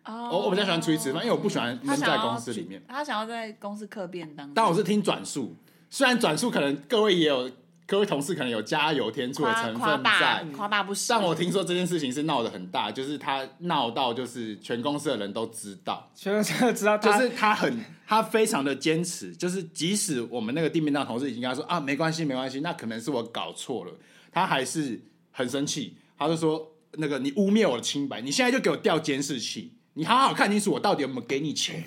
[SPEAKER 2] 哦
[SPEAKER 1] 我我比较喜欢出去吃饭，因为我不喜欢
[SPEAKER 2] 他
[SPEAKER 1] 闷
[SPEAKER 2] 想
[SPEAKER 1] 在
[SPEAKER 2] 要
[SPEAKER 1] 公司里面。
[SPEAKER 2] 他想要在公司刻便当，
[SPEAKER 1] 但我是听转述，虽然转述可能各位也有各位同事可能有加油添醋的
[SPEAKER 2] 夸
[SPEAKER 1] 成
[SPEAKER 2] 夸
[SPEAKER 1] 分
[SPEAKER 2] 大嗯
[SPEAKER 1] 在，
[SPEAKER 2] 夸大不实。
[SPEAKER 1] 但我听说这件事情是闹得很大，就是他闹到就是全公司的人都知道，
[SPEAKER 3] 全部真的知道
[SPEAKER 1] 就
[SPEAKER 3] 他
[SPEAKER 1] 是他很他非常的坚持，就是即使我们那个地面上同事已经跟他说啊没关系没关系，那可能是我搞错了，他还是很生气，他就说那个你污蔑我的清白，你现在就给我调监视器，你好好看清楚我到底有没有给你钱。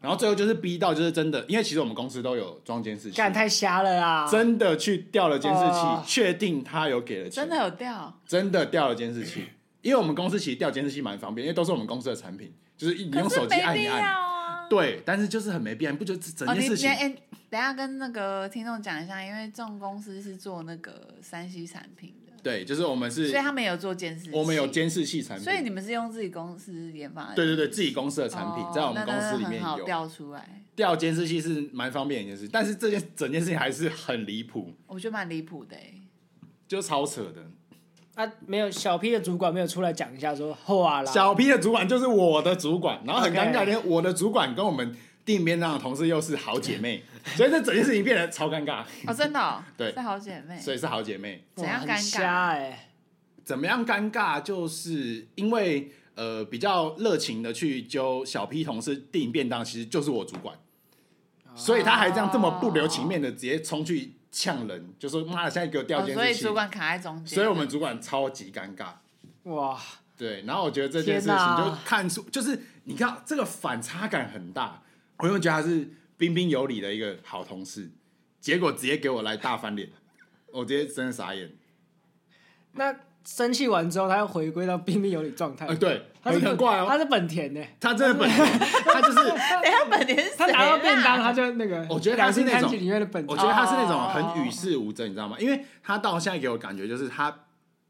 [SPEAKER 1] 然后最后就是逼到，就是真的，因为其实我们公司都有装监视器，
[SPEAKER 3] 干太瞎了啦，
[SPEAKER 1] 真的去调了监视器，
[SPEAKER 3] 哦
[SPEAKER 1] 确定他有给了钱，
[SPEAKER 2] 真的有掉，
[SPEAKER 1] 真的调了监视器，因为我们公司其实调监视器蛮方便，因为都是我们公司的产品，就是你
[SPEAKER 2] 可
[SPEAKER 1] 用
[SPEAKER 2] 是
[SPEAKER 1] 手机
[SPEAKER 2] 没
[SPEAKER 1] 按
[SPEAKER 2] 必
[SPEAKER 1] 一
[SPEAKER 2] 要
[SPEAKER 1] 按，
[SPEAKER 2] 啊。
[SPEAKER 1] 对，但是就是很没必要，你不觉得这整
[SPEAKER 2] 哦，
[SPEAKER 1] 件
[SPEAKER 2] 你
[SPEAKER 1] 事
[SPEAKER 2] 你
[SPEAKER 1] 情？
[SPEAKER 2] 哎，等一下跟那个听众讲一下，因为众公司是做那个山西产品的，
[SPEAKER 1] 对，就是我们是
[SPEAKER 2] 所以，他们有做监视器，
[SPEAKER 1] 我们有，监视器产品，
[SPEAKER 2] 所以你们是用自己公司研发的，
[SPEAKER 1] 对对对，自己公司的产品
[SPEAKER 2] 哦
[SPEAKER 1] 在我们
[SPEAKER 2] 那
[SPEAKER 1] 公司里面
[SPEAKER 2] 那很好
[SPEAKER 1] 有
[SPEAKER 2] 调出来，
[SPEAKER 1] 调监视器是蛮方便的一件事，但是这件整件事情还是很离谱，
[SPEAKER 2] 我觉得蛮离谱的欸。
[SPEAKER 1] 就超扯的。
[SPEAKER 3] 啊，没有小 P 的主管没有出来讲一下说后啊啦，
[SPEAKER 1] 小 P 的主管就是我的主管，然后很
[SPEAKER 3] OK
[SPEAKER 1] 尴尬，连我的主管跟我们订边上的同事又是好姐妹，所以这整件事情变得超尴尬，
[SPEAKER 2] 哦，真的哦
[SPEAKER 1] ，对
[SPEAKER 2] 是好姐妹，哦
[SPEAKER 1] 所以是好姐妹。
[SPEAKER 3] 哇
[SPEAKER 2] 怎样
[SPEAKER 3] 很
[SPEAKER 2] 尴尬
[SPEAKER 3] 瞎哎，
[SPEAKER 1] 怎么样尴尬，就是因为呃比较热情的去揪小 P 同事订便当，其实就是我主管，所以他还这样这么不留情面的直接冲去呛人，就说妈的，现在给我调
[SPEAKER 2] 哦
[SPEAKER 1] 监
[SPEAKER 2] 所以
[SPEAKER 1] 视器
[SPEAKER 2] 主，管卡在中间，
[SPEAKER 1] 所以我们主管超级尴尬。
[SPEAKER 3] 哇，
[SPEAKER 1] 对，然后我觉得这件事
[SPEAKER 3] 天
[SPEAKER 1] 情
[SPEAKER 3] 哪
[SPEAKER 1] 就看出，就是你看这个反差感很大。我原本觉得他是彬彬有礼的一个好同事，结果直接给我来大翻脸，我直接真的傻眼。
[SPEAKER 3] 那生气完之后，他又回归到彬彬有礼状态。
[SPEAKER 1] 呃，对，
[SPEAKER 3] 他是
[SPEAKER 1] 很很怪哦
[SPEAKER 3] 他。是本田呢、
[SPEAKER 1] 他真的本人，他就是，
[SPEAKER 2] 等一下本田是谁啊
[SPEAKER 3] 他拿到
[SPEAKER 2] 啦
[SPEAKER 3] 便当，他就那个，
[SPEAKER 1] 我觉得他
[SPEAKER 3] 良
[SPEAKER 1] 是
[SPEAKER 3] 心
[SPEAKER 1] 那
[SPEAKER 3] 餐
[SPEAKER 1] 种
[SPEAKER 3] 具里面的本
[SPEAKER 1] 我
[SPEAKER 3] 质
[SPEAKER 1] 觉。得他是那种很与世无争，你知道吗？因为他到现在给我感觉就是他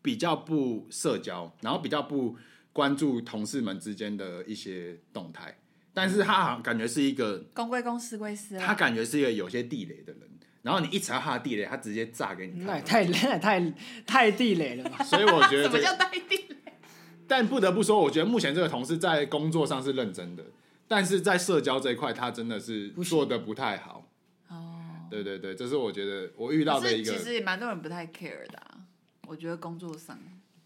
[SPEAKER 1] 比较不社交，然后比较不关注同事们之间的一些动态，但是他好像感觉是一个
[SPEAKER 2] 公归公，私归私啦。
[SPEAKER 1] 他感觉是一个有些地雷的人，然后你一查他的地雷，他直接炸 给你
[SPEAKER 3] 嗯那
[SPEAKER 1] 看。
[SPEAKER 3] 也太 那也太太地雷了吧？
[SPEAKER 1] 所以我 觉得
[SPEAKER 2] 什
[SPEAKER 1] 这
[SPEAKER 2] 么叫
[SPEAKER 1] 个，
[SPEAKER 2] 代地雷？
[SPEAKER 1] 但不得不说，我觉得目前这个同事在工作上是认真的，但是在社交这一块，他真的是
[SPEAKER 3] 不行
[SPEAKER 1] 做的不太好。
[SPEAKER 2] 哦，
[SPEAKER 1] 对对对，这是我觉得我遇到
[SPEAKER 2] 可
[SPEAKER 1] 的
[SPEAKER 2] 是
[SPEAKER 1] 一个
[SPEAKER 2] 其实也蛮多人不太 care 的、啊，我觉得工作上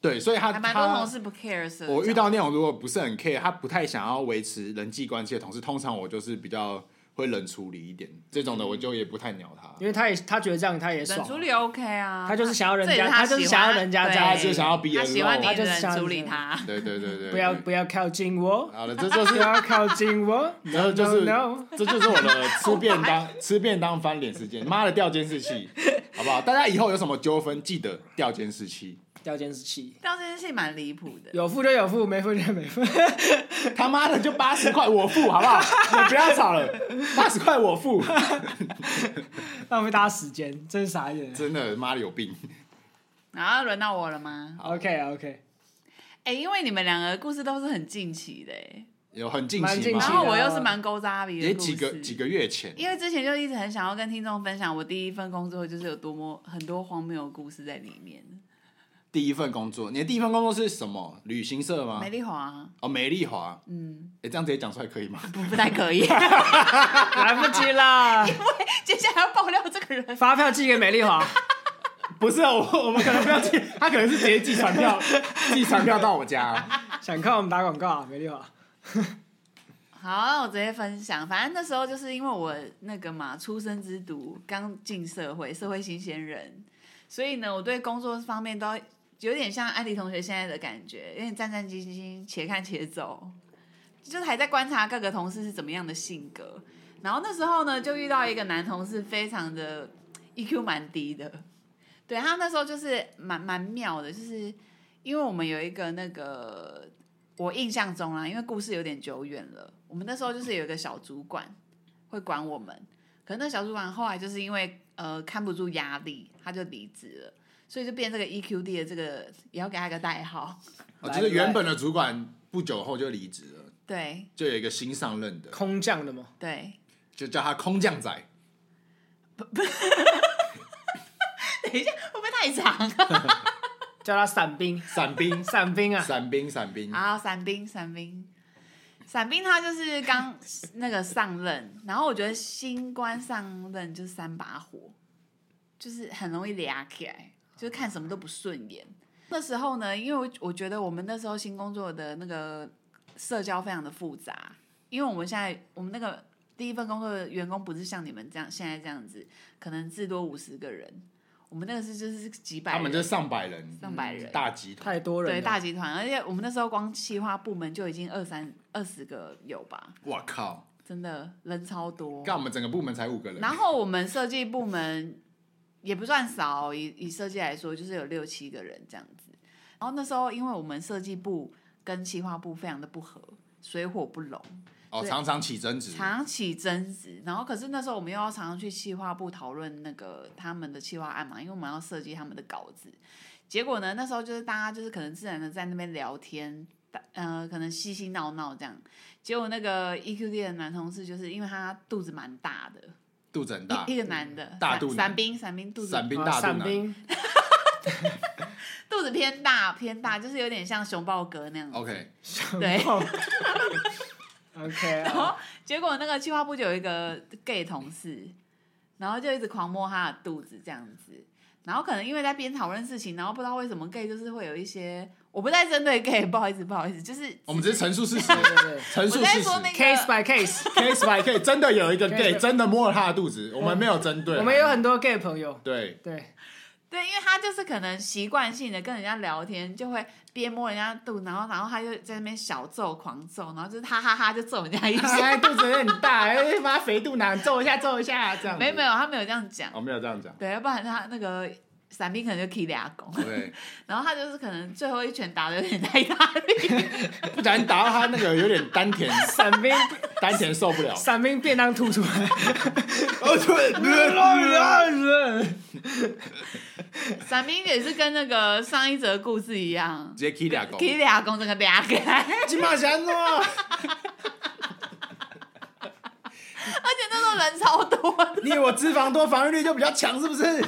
[SPEAKER 1] 对，所以他
[SPEAKER 2] 还蛮多
[SPEAKER 1] 他
[SPEAKER 2] 同事不 care 社交
[SPEAKER 1] 我遇到那种如果不是很 care，他不太想要维持人际关系的同事，通常我就是比较会冷处理一点，这种的我就也不太鸟他。
[SPEAKER 3] 因为他也他觉得这样他也爽
[SPEAKER 2] 冷，处理 OK 啊，
[SPEAKER 3] 他就是想要人
[SPEAKER 2] 这也
[SPEAKER 3] 家，
[SPEAKER 2] 他
[SPEAKER 3] 就是
[SPEAKER 2] 喜
[SPEAKER 3] 想要
[SPEAKER 2] 欢
[SPEAKER 3] 人家这
[SPEAKER 2] 对
[SPEAKER 1] 他
[SPEAKER 3] 样
[SPEAKER 1] 就
[SPEAKER 3] 子，
[SPEAKER 1] 想要逼
[SPEAKER 2] 他
[SPEAKER 1] 人
[SPEAKER 2] 喜欢
[SPEAKER 1] 肉啊
[SPEAKER 2] 你，
[SPEAKER 3] 他就是
[SPEAKER 2] 人
[SPEAKER 3] 想
[SPEAKER 2] 处理他。
[SPEAKER 1] 对对对对，
[SPEAKER 3] 不要
[SPEAKER 1] 对
[SPEAKER 3] 不要靠近我，
[SPEAKER 1] 好了，这就是
[SPEAKER 3] 不要靠近我。
[SPEAKER 1] 然后就是
[SPEAKER 3] No, no.
[SPEAKER 1] 这就是我的吃便当吃便当翻脸事件，妈的调监视器， 好不好？大家以后有什么纠纷，记得调监视器。
[SPEAKER 3] 掉监视器，
[SPEAKER 2] 掉这件事情蛮离谱的，
[SPEAKER 3] 有付就有付，没付就没付。
[SPEAKER 1] 他妈的就八十块我付，好不好？你不要 吵了，八十块我付，
[SPEAKER 3] 浪费大家时间，真是傻眼。
[SPEAKER 1] 真的妈的有病。
[SPEAKER 2] 然后轮到我了吗？
[SPEAKER 3] OK OK，
[SPEAKER 2] 哎、因为你们两个故事都是很近期的、哎
[SPEAKER 1] 有很近
[SPEAKER 3] 蛮
[SPEAKER 1] 期
[SPEAKER 3] 近
[SPEAKER 1] 吗
[SPEAKER 3] 期？
[SPEAKER 2] 然后我又是蛮勾扎比
[SPEAKER 1] 也
[SPEAKER 2] 的故事，
[SPEAKER 1] 几个几个月前，
[SPEAKER 2] 因为之前就一直很想要跟听众分享我第一份工作就是有多么很多荒谬的故事在里面。
[SPEAKER 1] 第一份工作，你的第一份工作是什么？旅行社吗
[SPEAKER 2] 美？丽华，
[SPEAKER 1] 哦，美丽华。
[SPEAKER 2] 嗯，
[SPEAKER 1] 哎，这样直接讲出来可以吗？
[SPEAKER 2] 不不太可以，
[SPEAKER 3] 来不及啦，
[SPEAKER 2] 接下来要爆料这个人。
[SPEAKER 3] 发票寄给美丽华。
[SPEAKER 1] 不是，啊我我们可能不要寄，他可能是直接寄传票，寄传票到我家。
[SPEAKER 3] 想看我们打广告啊，美丽华。
[SPEAKER 2] 好，那我直接分享。反正那时候就是因为我那个嘛，出生之犊，刚进社会，社会新鲜人，所以呢，我对工作方面都有点像安迪同学现在的感觉，有点战战兢兢，且看且走，就是还在观察各个同事是怎么样的性格。然后那时候呢，就遇到一个男同事，非常的 EQ 蛮低的，对他那时候就是蛮蛮妙的，就是因为我们有一个那个我印象中啦，因为故事有点久远了，我们那时候就是有一个小主管会管我们，可是那小主管后来就是因为呃看不住压力，他就离职了，所以就变这个 EQD 的这个也要给他一个代号，
[SPEAKER 1] 我觉得哦原本的主管不久后就离职了，
[SPEAKER 2] 对
[SPEAKER 1] 就有一个新上任的，
[SPEAKER 3] 空降的吗？
[SPEAKER 2] 对。
[SPEAKER 1] 就叫他空降仔。
[SPEAKER 2] 等一下，会不会太长啊？
[SPEAKER 3] 叫他伞兵，
[SPEAKER 1] 伞 兵，
[SPEAKER 3] 伞兵啊，
[SPEAKER 1] 伞兵，伞兵，
[SPEAKER 2] 然后伞兵，伞兵，伞兵他就是 刚那个上任，然后我觉得新官上任就是三把火，就是很容易俩起来，就是看什么都不顺眼。那时候呢，因为我我觉得我们那时候新工作的那个社交非常的复杂，因为我们现在我们那个第一份工作的员工不是像你们这样现在这样子，可能至多五十个人，我们那个是就是几百
[SPEAKER 1] 他
[SPEAKER 2] 人，
[SPEAKER 1] 们就上百人，
[SPEAKER 2] 上百人
[SPEAKER 1] 大集团。
[SPEAKER 3] 太多人
[SPEAKER 2] 对
[SPEAKER 3] 了。
[SPEAKER 2] 大集团，而且我们那时候光企划部门就已经二三二十个有吧，
[SPEAKER 1] 我靠，
[SPEAKER 2] 真的人超多。
[SPEAKER 1] 干我们整个部门才五个人，
[SPEAKER 2] 然后我们设计部门也不算少哦，以以设计来说，就是有六七个人这样子。然后那时候因为我们设计部跟企划部非常的不合，水火不容，
[SPEAKER 1] 哦，
[SPEAKER 2] 对
[SPEAKER 1] 常常起争执，
[SPEAKER 2] 常起争执。然后可是那时候我们又要常常去企划部讨论那个他们的企划案嘛，因为我们要设计他们的稿子。结果呢，那时候就是大家就是可能自然的在那边聊天，大呃，可能嬉嬉闹闹这样。结果那个 EQD 的男同事就是因为他肚子蛮大的，
[SPEAKER 1] 肚子很大
[SPEAKER 2] 一，一个哦男的，
[SPEAKER 1] 大
[SPEAKER 2] 伞
[SPEAKER 1] 肚腩
[SPEAKER 2] 伞兵，伞兵肚子
[SPEAKER 1] 伞兵
[SPEAKER 3] 啊
[SPEAKER 1] 大肚
[SPEAKER 3] 伞
[SPEAKER 1] 腩。
[SPEAKER 3] 兵，
[SPEAKER 2] 肚子偏大偏大，就是有点像熊抱哥那样子。
[SPEAKER 1] OK，
[SPEAKER 2] 对，
[SPEAKER 3] OK
[SPEAKER 2] 然后
[SPEAKER 3] 啊，
[SPEAKER 2] 结果那个计划部就有一个 gay 同事，然后就一直狂摸他的肚子这样子。然后可能因为在边讨论事情，然后不知道为什么 gay 就是会有一些，我不再针对 gay，不好意思，不好意思，就是
[SPEAKER 1] 我们只是陈述事实，
[SPEAKER 3] 对对对
[SPEAKER 1] 陈
[SPEAKER 2] 我
[SPEAKER 1] 述
[SPEAKER 2] 在
[SPEAKER 1] 事实
[SPEAKER 2] 说。那个
[SPEAKER 3] ，case by case，
[SPEAKER 1] case by case，真的有一个
[SPEAKER 3] 对
[SPEAKER 1] gay
[SPEAKER 3] 对
[SPEAKER 1] 真的摸了他的肚子，我们没有针对，
[SPEAKER 3] 我们有很多 gay 朋友。
[SPEAKER 1] 对，
[SPEAKER 3] 对，
[SPEAKER 2] 对，因为他就是可能习惯性的跟人家聊天，就会边摸人家肚，然后然后他就在那边小揍狂揍，然后就是哈哈哈就揍人家一下，
[SPEAKER 1] 哎，肚子很大，哎，妈肥肚腩，揍一下，揍一下，这样。哦
[SPEAKER 2] 没有没有，，他没有这样讲，
[SPEAKER 1] 我没有这样讲。
[SPEAKER 2] 对，要不然他那个伞兵可能就 K 俩拱，
[SPEAKER 1] 对，
[SPEAKER 2] 然后他就是可能最后一拳打的有点太大力，
[SPEAKER 1] 不然打到他那个有点丹 田，
[SPEAKER 3] 伞兵。
[SPEAKER 1] 丹田受不了
[SPEAKER 3] 伞兵便当吐出来，
[SPEAKER 1] 哦，
[SPEAKER 3] 啊
[SPEAKER 1] 对，
[SPEAKER 2] 伞兵也是跟那个上一则故事一样
[SPEAKER 1] 直接 K 俩狗。
[SPEAKER 2] ，K 俩拱整个俩开。
[SPEAKER 1] 金马祥诺，
[SPEAKER 2] 而且那时候人超多的，
[SPEAKER 1] 你以为我脂肪多，防御力就比较强，是 不是？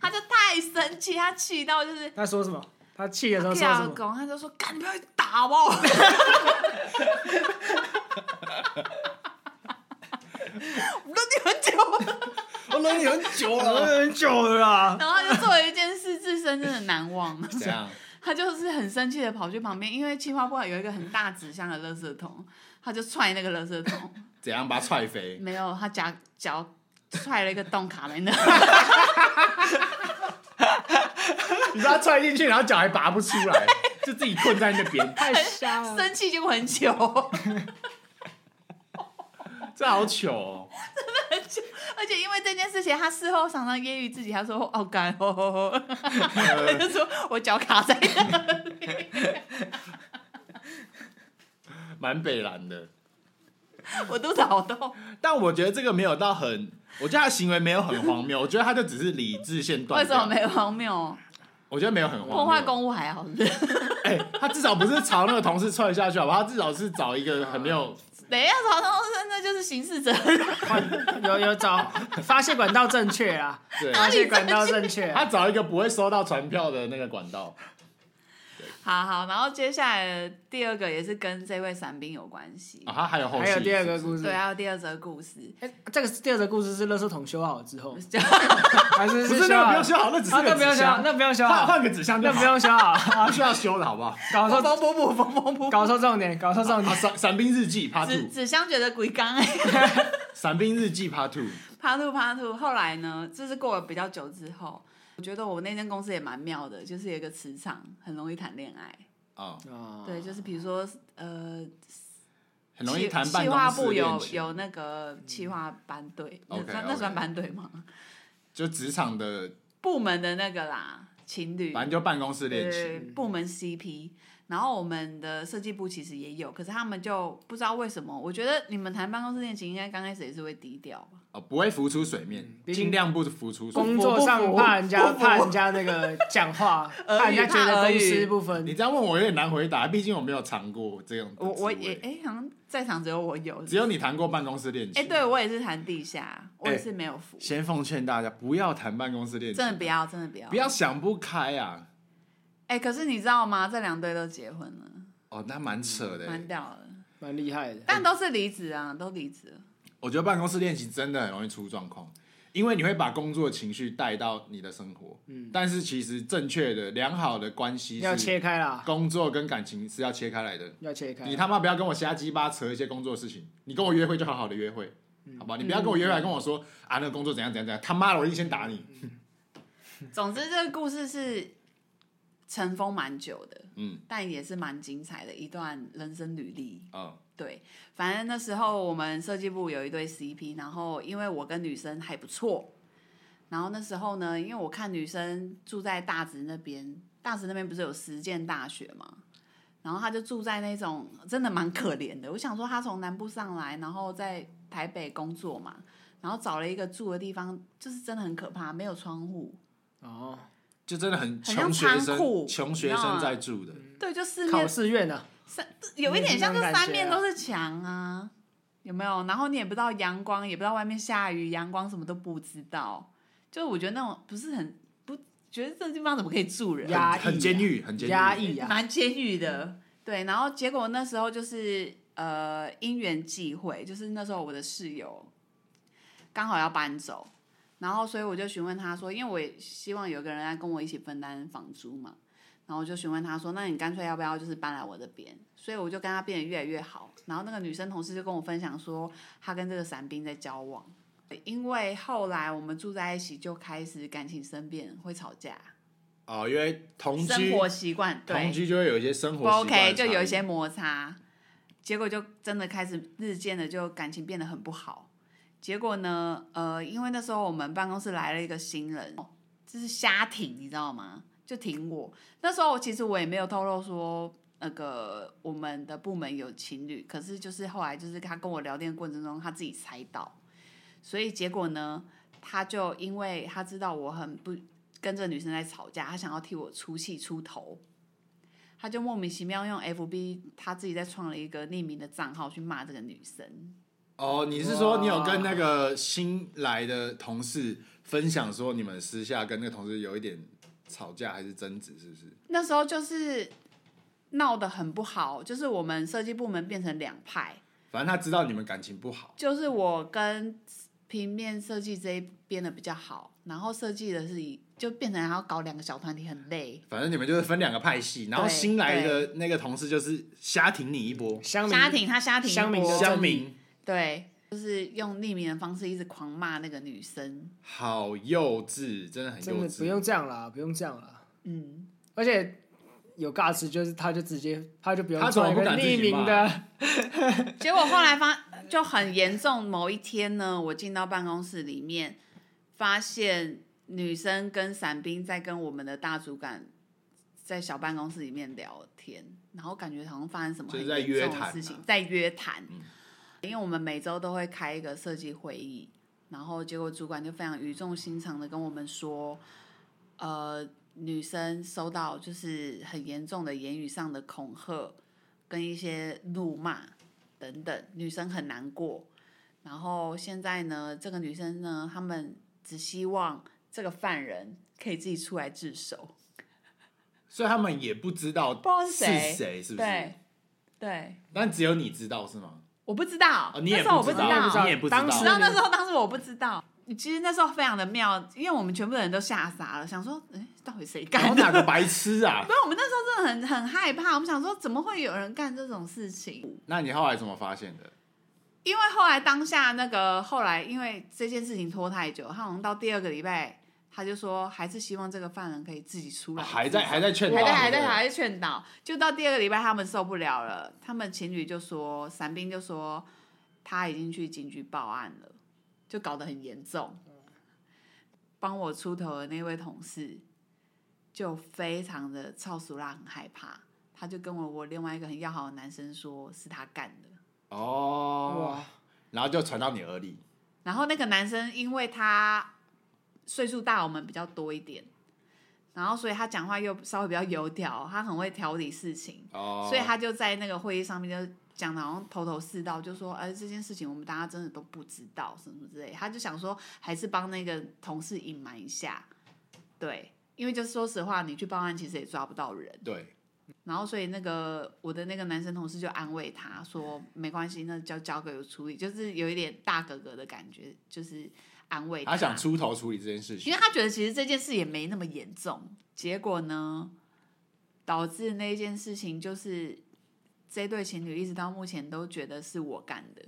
[SPEAKER 2] 他就太生气，他气到就是
[SPEAKER 3] 他说什么？他气的时候说
[SPEAKER 2] 跳
[SPEAKER 3] 什么？
[SPEAKER 2] 拱，他就说：“干，你不要去打我！” 我都你很久了，
[SPEAKER 1] 我忍你很久了。
[SPEAKER 3] 很久了啊啦，
[SPEAKER 2] 然后他就做了一件事，自身真的难忘。
[SPEAKER 1] 这样，
[SPEAKER 2] 他就是很生气的跑去旁边，因为青花布有一个很大纸箱的垃圾桶，他就踹那个垃圾桶，
[SPEAKER 1] 怎样把他踹飞？
[SPEAKER 2] 没有，他脚脚踹了一个洞卡在那。
[SPEAKER 1] 你把他踹进去，然后脚还拔不出来，就自己困在那边，
[SPEAKER 3] 太瞎了。
[SPEAKER 2] 生气结果很久，
[SPEAKER 1] 这好糗 哦。
[SPEAKER 2] 而且因为这件事情，他事后常常揶揄自己，他说：“哦，干哦哦，哦
[SPEAKER 1] 呃
[SPEAKER 2] 他就说我脚卡在那里，
[SPEAKER 1] 蛮北蓝的。
[SPEAKER 2] 我肚子好痛。
[SPEAKER 1] 但我觉得这个没有到很，我觉得他行为没有很荒谬，我觉得他就只是理智线”断
[SPEAKER 2] 为什
[SPEAKER 1] 掉。
[SPEAKER 2] 么没有荒谬？
[SPEAKER 1] 我觉得没有很荒谬。
[SPEAKER 2] 破坏公物还好，是 不是
[SPEAKER 1] 哎、他至少不是朝那个同事踹下去，好吧？他至少是找一个很没有
[SPEAKER 2] 等一下，曹东升那就是刑事责任，
[SPEAKER 3] 有有找发泄管道正确啦，
[SPEAKER 1] 对，
[SPEAKER 2] 啊
[SPEAKER 3] 发泄管道正确。
[SPEAKER 1] 他
[SPEAKER 3] 啊
[SPEAKER 1] 找一个不会收到传票的那个管道。
[SPEAKER 2] 好好，然后接下来的第二个也是跟这位伞兵有关系
[SPEAKER 1] 啊，。他还有后续，
[SPEAKER 3] 还有第二个故事，
[SPEAKER 2] 对，还啊有第二则故事，
[SPEAKER 3] 哎，这个是第二个故事是垃圾桶修好之
[SPEAKER 1] 哦
[SPEAKER 3] 后，
[SPEAKER 2] 就
[SPEAKER 3] 还是
[SPEAKER 1] 不是那
[SPEAKER 3] 修
[SPEAKER 1] 个
[SPEAKER 3] 好
[SPEAKER 1] 不用修好，那只是
[SPEAKER 3] 啊，那不用
[SPEAKER 1] 纸
[SPEAKER 3] 修好，
[SPEAKER 1] 箱，
[SPEAKER 3] 那不用修
[SPEAKER 1] 换
[SPEAKER 3] 好，
[SPEAKER 1] 换个纸箱就
[SPEAKER 3] 那
[SPEAKER 1] 好，
[SPEAKER 3] 不用修好，啊
[SPEAKER 1] 不需要修了，好不好？
[SPEAKER 3] 搞错
[SPEAKER 2] 缝补补缝补补，
[SPEAKER 3] 搞错重点，搞错重
[SPEAKER 1] 啊，
[SPEAKER 3] 点。
[SPEAKER 1] 伞伞兵日记 Part
[SPEAKER 2] 纸
[SPEAKER 1] Two，
[SPEAKER 2] 纸箱觉得鬼刚哎。
[SPEAKER 1] 伞兵日记 Part Two，
[SPEAKER 2] 趴兔趴兔，后来呢，这是过了比较久之后，我觉得我那间公司也蛮妙的，就是有一个磁场，很容易谈恋爱。
[SPEAKER 1] 啊，
[SPEAKER 3] 啊
[SPEAKER 2] 对，就是比如说呃，
[SPEAKER 1] 很容易谈
[SPEAKER 2] 企
[SPEAKER 1] 办
[SPEAKER 2] 企划
[SPEAKER 1] 公室
[SPEAKER 2] 部
[SPEAKER 1] 恋
[SPEAKER 2] 有
[SPEAKER 1] 情，嗯
[SPEAKER 2] 有那个企划班队，那
[SPEAKER 1] OK，
[SPEAKER 2] 那
[SPEAKER 1] OK
[SPEAKER 2] 那算班队吗？
[SPEAKER 1] 就职场的，
[SPEAKER 2] 部门的那个啦，情侣，
[SPEAKER 1] 反正就办公室恋情。
[SPEAKER 2] 对，部门 CP。然后我们的设计部其实也有，可是他们就不知道为什么。我觉得你们谈办公室恋情，应该刚开始也是会低调吧？
[SPEAKER 1] 哦，不会浮出水面，
[SPEAKER 3] 嗯毕竟
[SPEAKER 1] 尽量不浮出水
[SPEAKER 3] 工
[SPEAKER 1] 面。
[SPEAKER 3] 作上怕人家怕人家那个讲话，
[SPEAKER 2] 俄语
[SPEAKER 3] 怕人家觉得
[SPEAKER 2] 怕俄
[SPEAKER 3] 公
[SPEAKER 2] 语
[SPEAKER 3] 私不
[SPEAKER 1] 你
[SPEAKER 3] 分。
[SPEAKER 1] 这样问我有点难回答，毕竟我没有尝过这种的滋
[SPEAKER 2] 我
[SPEAKER 1] 味。
[SPEAKER 2] 我也哎，好像在场只有我有，
[SPEAKER 1] 只有你谈过办公室恋情。
[SPEAKER 2] 哎、对我也是谈地下，我也是没有服，
[SPEAKER 1] 先奉劝大家不要谈办公室恋情
[SPEAKER 2] 真，的不要，真的不要，
[SPEAKER 1] 不要。想不开啊！
[SPEAKER 2] 哎、可是你知道吗？这两对都结婚了，
[SPEAKER 1] 哦，那蛮扯的欸。
[SPEAKER 2] 嗯蛮屌的，
[SPEAKER 3] 蛮厉害的，
[SPEAKER 2] 但都是离职啊，都离职了。
[SPEAKER 1] 我觉得办公室恋情真的很容易出状况，因为你会把工作情绪带到你的生活。嗯，但是其实正确的、良好的关系
[SPEAKER 3] 要切啊
[SPEAKER 1] 是
[SPEAKER 3] 开啦，
[SPEAKER 1] 工作跟感情是要切开来的。
[SPEAKER 3] 要切开。
[SPEAKER 1] 你他妈不要跟我瞎鸡巴扯一些工作事情，你跟我约会就好好的约会，好
[SPEAKER 2] 嗯
[SPEAKER 1] 吧？你不要跟我约会还跟我说啊，那个工作怎样怎样怎样，他妈的我一定先打你。
[SPEAKER 2] 嗯总之，这个故事是尘封蛮久的，
[SPEAKER 1] 嗯
[SPEAKER 2] 但也是蛮精彩的一段人生履历。
[SPEAKER 1] 啊
[SPEAKER 2] 对，反正那时候我们设计部有一对 CP，然后因为我跟女生还不错，然后那时候呢，因为我看女生住在大直那边，大直那边不是有实践大学嘛，然后她就住在那种真的蛮可怜的。我想说，她从南部上来，然后在台北工作嘛，然后找了一个住的地方，就是真的很可怕，没有窗户，
[SPEAKER 3] 哦，
[SPEAKER 1] 就真的很
[SPEAKER 2] 很
[SPEAKER 1] 穷
[SPEAKER 2] 像
[SPEAKER 1] 学
[SPEAKER 2] 仓库
[SPEAKER 1] 生，穷学生在住的，
[SPEAKER 2] 对，就四面
[SPEAKER 3] 考试院啊，
[SPEAKER 2] 三有一点像，就
[SPEAKER 3] 那种
[SPEAKER 2] 三
[SPEAKER 3] 感觉
[SPEAKER 2] 面
[SPEAKER 3] 啊
[SPEAKER 2] 都是墙啊，有没有？然后你也不知道阳光，也不知道外面下雨，阳光什么都不知道。就我觉得那种不是很不觉得这地方怎么可以住人，
[SPEAKER 3] 压抑啊
[SPEAKER 1] 很监狱，很监狱，
[SPEAKER 3] 压抑啊，
[SPEAKER 2] 蛮监狱的。
[SPEAKER 1] 嗯
[SPEAKER 2] 对，然后结果那时候就是呃因缘际会，就是那时候我的室友刚好要搬走，然后所以我就询问他说，因为我也希望有个人来跟我一起分担房租嘛，然后我就询问他说，那你干脆要不要就是搬来我这边？所以我就跟他变得越来越好。然后那个女生同事就跟我分享说，她跟这个伞兵在交往，因为后来我们住在一起就开始感情生变，会吵架，
[SPEAKER 1] 哦，因为同
[SPEAKER 2] 生
[SPEAKER 1] 居
[SPEAKER 2] 活习惯对
[SPEAKER 1] 同居就会有一些生活
[SPEAKER 2] 不
[SPEAKER 1] 习惯的
[SPEAKER 2] OK，
[SPEAKER 1] 差
[SPEAKER 2] 就
[SPEAKER 1] 异
[SPEAKER 2] 有一些摩擦，结果就真的开始日渐的就感情变得很不好，结果呢，呃，因为那时候我们办公室来了一个新人，哦就是瞎挺，你知道吗？就挺我。那时候其实我也没有透露说那个我们的部门有情侣，可是就是后来就是他跟我聊天的过程中，他自己猜到，所以结果呢，他就因为他知道我很不跟这女生在吵架，他想要替我出气出头。他就莫名其妙用 FB 他自己再创了一个匿名的账号去骂这个女生，
[SPEAKER 1] 哦，你是说你有跟那个新来的同事分享说你们私下跟那个同事有一点吵架还是争执，是不是？
[SPEAKER 2] 那时候就是闹得很不好，就是我们设计部门变成两派，
[SPEAKER 1] 反正他知道你们感情不好，
[SPEAKER 2] 就是我跟平面设计这一边的比较好，然后设计的是一就变成还要搞两个小团体，很累。
[SPEAKER 1] 反正你们就是分两个派系，然后
[SPEAKER 2] 对
[SPEAKER 1] 新来的那个同事就是瞎挺你一波，
[SPEAKER 3] 乡民
[SPEAKER 2] 虾挺他虾挺
[SPEAKER 3] 乡民
[SPEAKER 2] 我
[SPEAKER 3] 的
[SPEAKER 1] 乡民
[SPEAKER 2] 对，就是用匿名的方式一直狂骂那个女生，
[SPEAKER 1] 好幼稚，真的很
[SPEAKER 3] 真
[SPEAKER 1] 幼
[SPEAKER 3] 的
[SPEAKER 1] 稚，
[SPEAKER 3] 不用这样啦，不用这样啦。
[SPEAKER 2] 嗯，
[SPEAKER 3] 而且有尬词，就是他就直接他就不
[SPEAKER 1] 他
[SPEAKER 3] 用
[SPEAKER 1] 怎么
[SPEAKER 3] 做一
[SPEAKER 1] 不
[SPEAKER 3] 个
[SPEAKER 1] 敢自己
[SPEAKER 3] 匿名的，
[SPEAKER 2] 结果后来发就很严重。某一天呢，我进到办公室里面，发现女生跟伞兵在跟我们的大主管在小办公室里面聊天，然后感觉好像发生什么
[SPEAKER 1] 就是
[SPEAKER 2] 很
[SPEAKER 1] 在
[SPEAKER 2] 严重
[SPEAKER 1] 约
[SPEAKER 2] 的
[SPEAKER 1] 谈
[SPEAKER 2] 事情
[SPEAKER 1] 啊，
[SPEAKER 2] 在约谈
[SPEAKER 1] 嗯。
[SPEAKER 2] 因为我们每周都会开一个设计会议，然后结果主管就非常语重心长的跟我们说，呃，女生收到就是很严重的言语上的恐吓跟一些怒骂等等，女生很难过。然后现在呢，这个女生呢，他们只希望这个犯人可以自己出来自首，
[SPEAKER 1] 所以他们也不知道
[SPEAKER 2] 不知道是
[SPEAKER 1] 是
[SPEAKER 2] 谁
[SPEAKER 1] 谁，是不是
[SPEAKER 2] 对？对，
[SPEAKER 1] 但只有你知道是吗？
[SPEAKER 2] 我不知道，
[SPEAKER 1] 哦，你也
[SPEAKER 2] 那时候我
[SPEAKER 1] 不
[SPEAKER 2] 知
[SPEAKER 3] 道
[SPEAKER 1] 你也不知道，
[SPEAKER 3] 当时
[SPEAKER 2] 然后那时候当时我不知道，其实那时候非常的妙，因为我们全部人都吓傻了，想说，哎，到底谁
[SPEAKER 1] 然
[SPEAKER 2] 干
[SPEAKER 1] 后
[SPEAKER 2] 的？
[SPEAKER 1] 哪个白痴啊
[SPEAKER 2] 不？是，我们那时候真的很很害怕，我们想说，怎么会有人干这种事情？
[SPEAKER 1] 那你后来怎么发现的？
[SPEAKER 2] 因为后来当下那个后来，因为这件事情拖太久，他好像到第二个礼拜，他就说还是希望这个犯人可以自己出来，
[SPEAKER 1] 啊还在还在劝导，
[SPEAKER 2] 还在还
[SPEAKER 1] 对不对
[SPEAKER 2] 在还在劝导，就到第二个礼拜他们受不了了，他们情侣就说，伞兵就说他已经去警局报案了，就搞得很严重。帮我出头的那位同事就非常的超俗辣，很害怕，他就跟我我另外一个很要好的男生说是他干的，
[SPEAKER 1] 哦
[SPEAKER 3] 哇，
[SPEAKER 1] 然后就传到你耳里，
[SPEAKER 2] 然后那个男生因为他岁数大我们比较多一点，然后所以他讲话又稍微比较油条，他很会调理事情。
[SPEAKER 1] 哦，
[SPEAKER 2] 所以他就在那个会议上面就讲的好像头头是道，就说，哎、这件事情我们大家真的都不知道什么什么之类，他就想说还是帮那个同事隐瞒一下，对，因为就是说实话，你去报案其实也抓不到人，
[SPEAKER 1] 对，
[SPEAKER 2] 然后所以那个我的那个男生同事就安慰他说，没关系，那交交给我处理，就是有一点大哥哥的感觉，就是安慰
[SPEAKER 1] 他想出头处理这件事
[SPEAKER 2] 因
[SPEAKER 1] 情
[SPEAKER 2] 为，他觉得其实这件事也没那么严重。结果呢，导致那一件事情就是这对情侣一直到目前都觉得是我干的，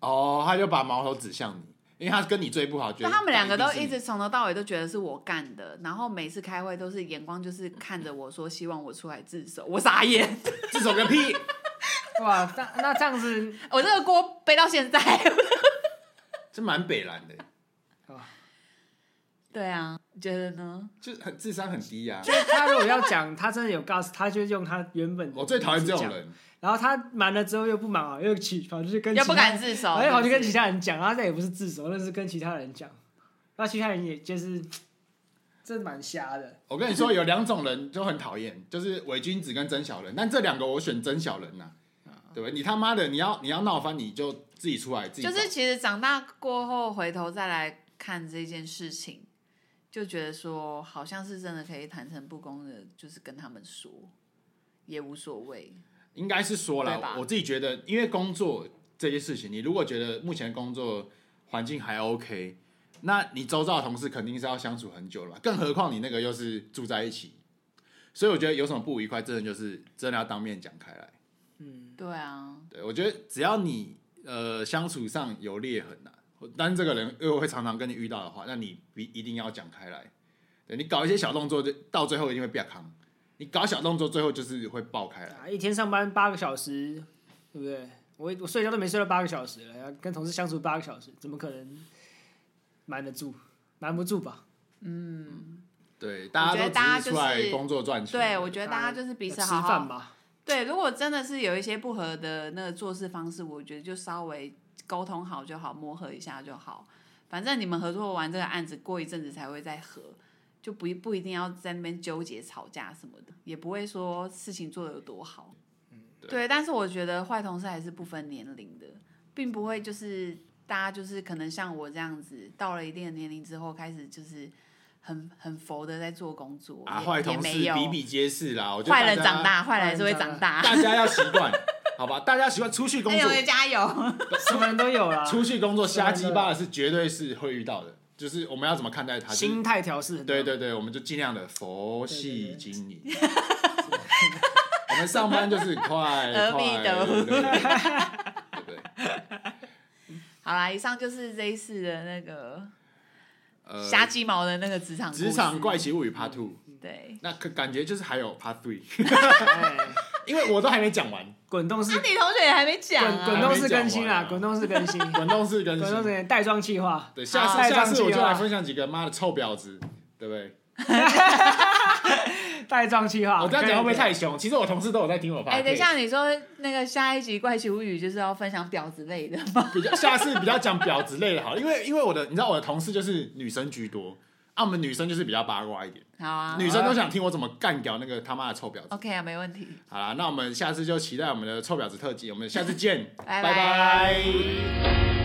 [SPEAKER 1] 哦，他就把矛头指向你，因为他跟你最不好，觉
[SPEAKER 2] 就
[SPEAKER 1] 得
[SPEAKER 2] 他们两个都一
[SPEAKER 1] 定
[SPEAKER 2] 直
[SPEAKER 1] 是
[SPEAKER 2] 从头到尾都觉得是我干的，然后每次开会都是眼光就是看着我说希望我出来自首，我傻眼，
[SPEAKER 1] 你自首个屁，
[SPEAKER 3] 哇，那那这样子
[SPEAKER 2] 我这个锅背到现在。
[SPEAKER 1] 这蛮北蓝的，
[SPEAKER 2] 对啊，你觉得呢？
[SPEAKER 1] 就很智商很低啊呀、
[SPEAKER 3] 他如果要讲，他真的有 gas，他就用他原本的
[SPEAKER 1] 我最讨厌这种
[SPEAKER 3] 名字讲。
[SPEAKER 1] 人，
[SPEAKER 3] 然后他瞒了之后又不瞒好，又起跑去跟
[SPEAKER 2] 又
[SPEAKER 3] 其
[SPEAKER 2] 不
[SPEAKER 3] 他
[SPEAKER 2] 敢自首，
[SPEAKER 1] 哦
[SPEAKER 3] 然后跑去
[SPEAKER 2] 是不
[SPEAKER 3] 跟
[SPEAKER 2] 是
[SPEAKER 3] 其他人讲，然后他也不是自首，那是跟其他人讲，那其他人也就是这蛮瞎的。
[SPEAKER 1] 我跟你说，有两种人就很讨厌，就是伪君子跟真小人，但这两个我选真小人呐、对不对？你他妈的，你要你要闹翻，你就自己出来，自己
[SPEAKER 2] 就
[SPEAKER 1] 走
[SPEAKER 2] 是其实长大过后回头再来看这件事情，就觉得说好像是真的可以坦诚不公的，就是跟他们说也无所谓。
[SPEAKER 1] 应该是说
[SPEAKER 2] 对吧
[SPEAKER 1] 了，我自己觉得，因为工作这些事情，你如果觉得目前工作环境还 OK，那你周遭的同事肯定是要相处很久了嘛，更何况你那个又是住在一起，所以我觉得有什么不愉快，真的就是真的要当面讲开来。
[SPEAKER 3] 嗯
[SPEAKER 2] 对啊，
[SPEAKER 1] 对我觉得只要你呃相处上有裂痕啊，但这个人又会常常跟你遇到的话，那你必一定要讲开来。对你搞一些小动作，就到最后一定会变康。你搞小动作，最后就是会爆开来。
[SPEAKER 3] 啊，一天上班八个小时，对不对？我我睡觉都没睡到八个小时了，跟同事相处八个小时，怎么可能瞒得住？瞒不住吧？
[SPEAKER 1] 对，大
[SPEAKER 2] 我觉
[SPEAKER 1] 家
[SPEAKER 2] 得
[SPEAKER 1] 都只
[SPEAKER 2] 大家就是
[SPEAKER 1] 出来工作赚钱。
[SPEAKER 2] 对，我觉得大家就是彼此好
[SPEAKER 3] 嗯哎吃饭
[SPEAKER 2] 好。
[SPEAKER 3] 吧。
[SPEAKER 2] 对，如果真的是有一些不合的那个做事方式，我觉得就稍微沟通好就好，磨合一下就好。反正你们合作完这个案子，过一阵子才会再合，就不不一定要在那边纠结吵架什么的，也不会说事情做的有多好。
[SPEAKER 1] 嗯对
[SPEAKER 2] 对，但是我觉得坏同事还是不分年龄的，并不会就是大家就是可能像我这样子，到了一定的年龄之后，开始就是很很佛的在做工作，
[SPEAKER 1] 啊，
[SPEAKER 2] 也
[SPEAKER 1] 坏
[SPEAKER 2] 也
[SPEAKER 1] 同事
[SPEAKER 2] 没有
[SPEAKER 1] 比比皆是啦。我觉得
[SPEAKER 2] 坏人
[SPEAKER 1] 大家
[SPEAKER 2] 长，大，坏人是会长大。
[SPEAKER 1] 大家要习惯，好吧？大家习惯出去工
[SPEAKER 2] 哎
[SPEAKER 1] 作
[SPEAKER 2] 呦，，加油！
[SPEAKER 3] 什么人都有啦，
[SPEAKER 1] 出去工作瞎鸡巴的是绝对是会遇到的，就是我们要怎么看待它？就是
[SPEAKER 3] 心态调试很重要。
[SPEAKER 1] 对对对，我们就尽量的佛系经 营。我们上班就是快
[SPEAKER 2] 阿
[SPEAKER 1] 快
[SPEAKER 2] 弥
[SPEAKER 1] 乐
[SPEAKER 2] 陀佛
[SPEAKER 1] 乐，对不对？
[SPEAKER 2] 好啦，以上就是这一次的那个
[SPEAKER 1] 呃，
[SPEAKER 2] 瞎鸡毛的那个职场故事
[SPEAKER 1] 职场怪。奇物语 Part Two，
[SPEAKER 2] 对，
[SPEAKER 1] 那可感觉就是还有 Part Three，
[SPEAKER 3] 哎，
[SPEAKER 1] 因为我都还没讲完，
[SPEAKER 3] 滚动式
[SPEAKER 2] 那啊你同学也还没讲
[SPEAKER 3] 滚滚
[SPEAKER 2] 啊？
[SPEAKER 3] 动式更新
[SPEAKER 1] 还没讲
[SPEAKER 3] 啦，
[SPEAKER 1] 完啊
[SPEAKER 3] 滚动式更 新，滚
[SPEAKER 1] 滚动式更
[SPEAKER 3] 动
[SPEAKER 1] 新。
[SPEAKER 3] 式带状气化。
[SPEAKER 1] 对，下次
[SPEAKER 3] 好
[SPEAKER 1] 下次我就
[SPEAKER 3] 带状计划
[SPEAKER 1] 来分享几个妈的臭婊子，对不对？
[SPEAKER 3] 带状气化。
[SPEAKER 1] 我这样
[SPEAKER 3] 可以
[SPEAKER 1] 讲会不会
[SPEAKER 3] 可以
[SPEAKER 1] 太凶？其实我同事都有在听我发。
[SPEAKER 2] 哎，等一下，，你说那个下一集怪奇物语就是要分享婊子类的 吗？
[SPEAKER 1] 比较下次比较讲婊子类的好了，因为因为我的你知道我的同事就是女生居多，啊，我们女生就是比较八卦一点，
[SPEAKER 2] 好啊
[SPEAKER 1] 女生都想听我怎么干掉那个他妈的臭婊子。
[SPEAKER 2] ，OK 啊，没问题。
[SPEAKER 1] 好啦，那我们下次就期待我们的臭婊子特辑，我们下次见，
[SPEAKER 2] 拜
[SPEAKER 1] 拜
[SPEAKER 2] 拜
[SPEAKER 1] 拜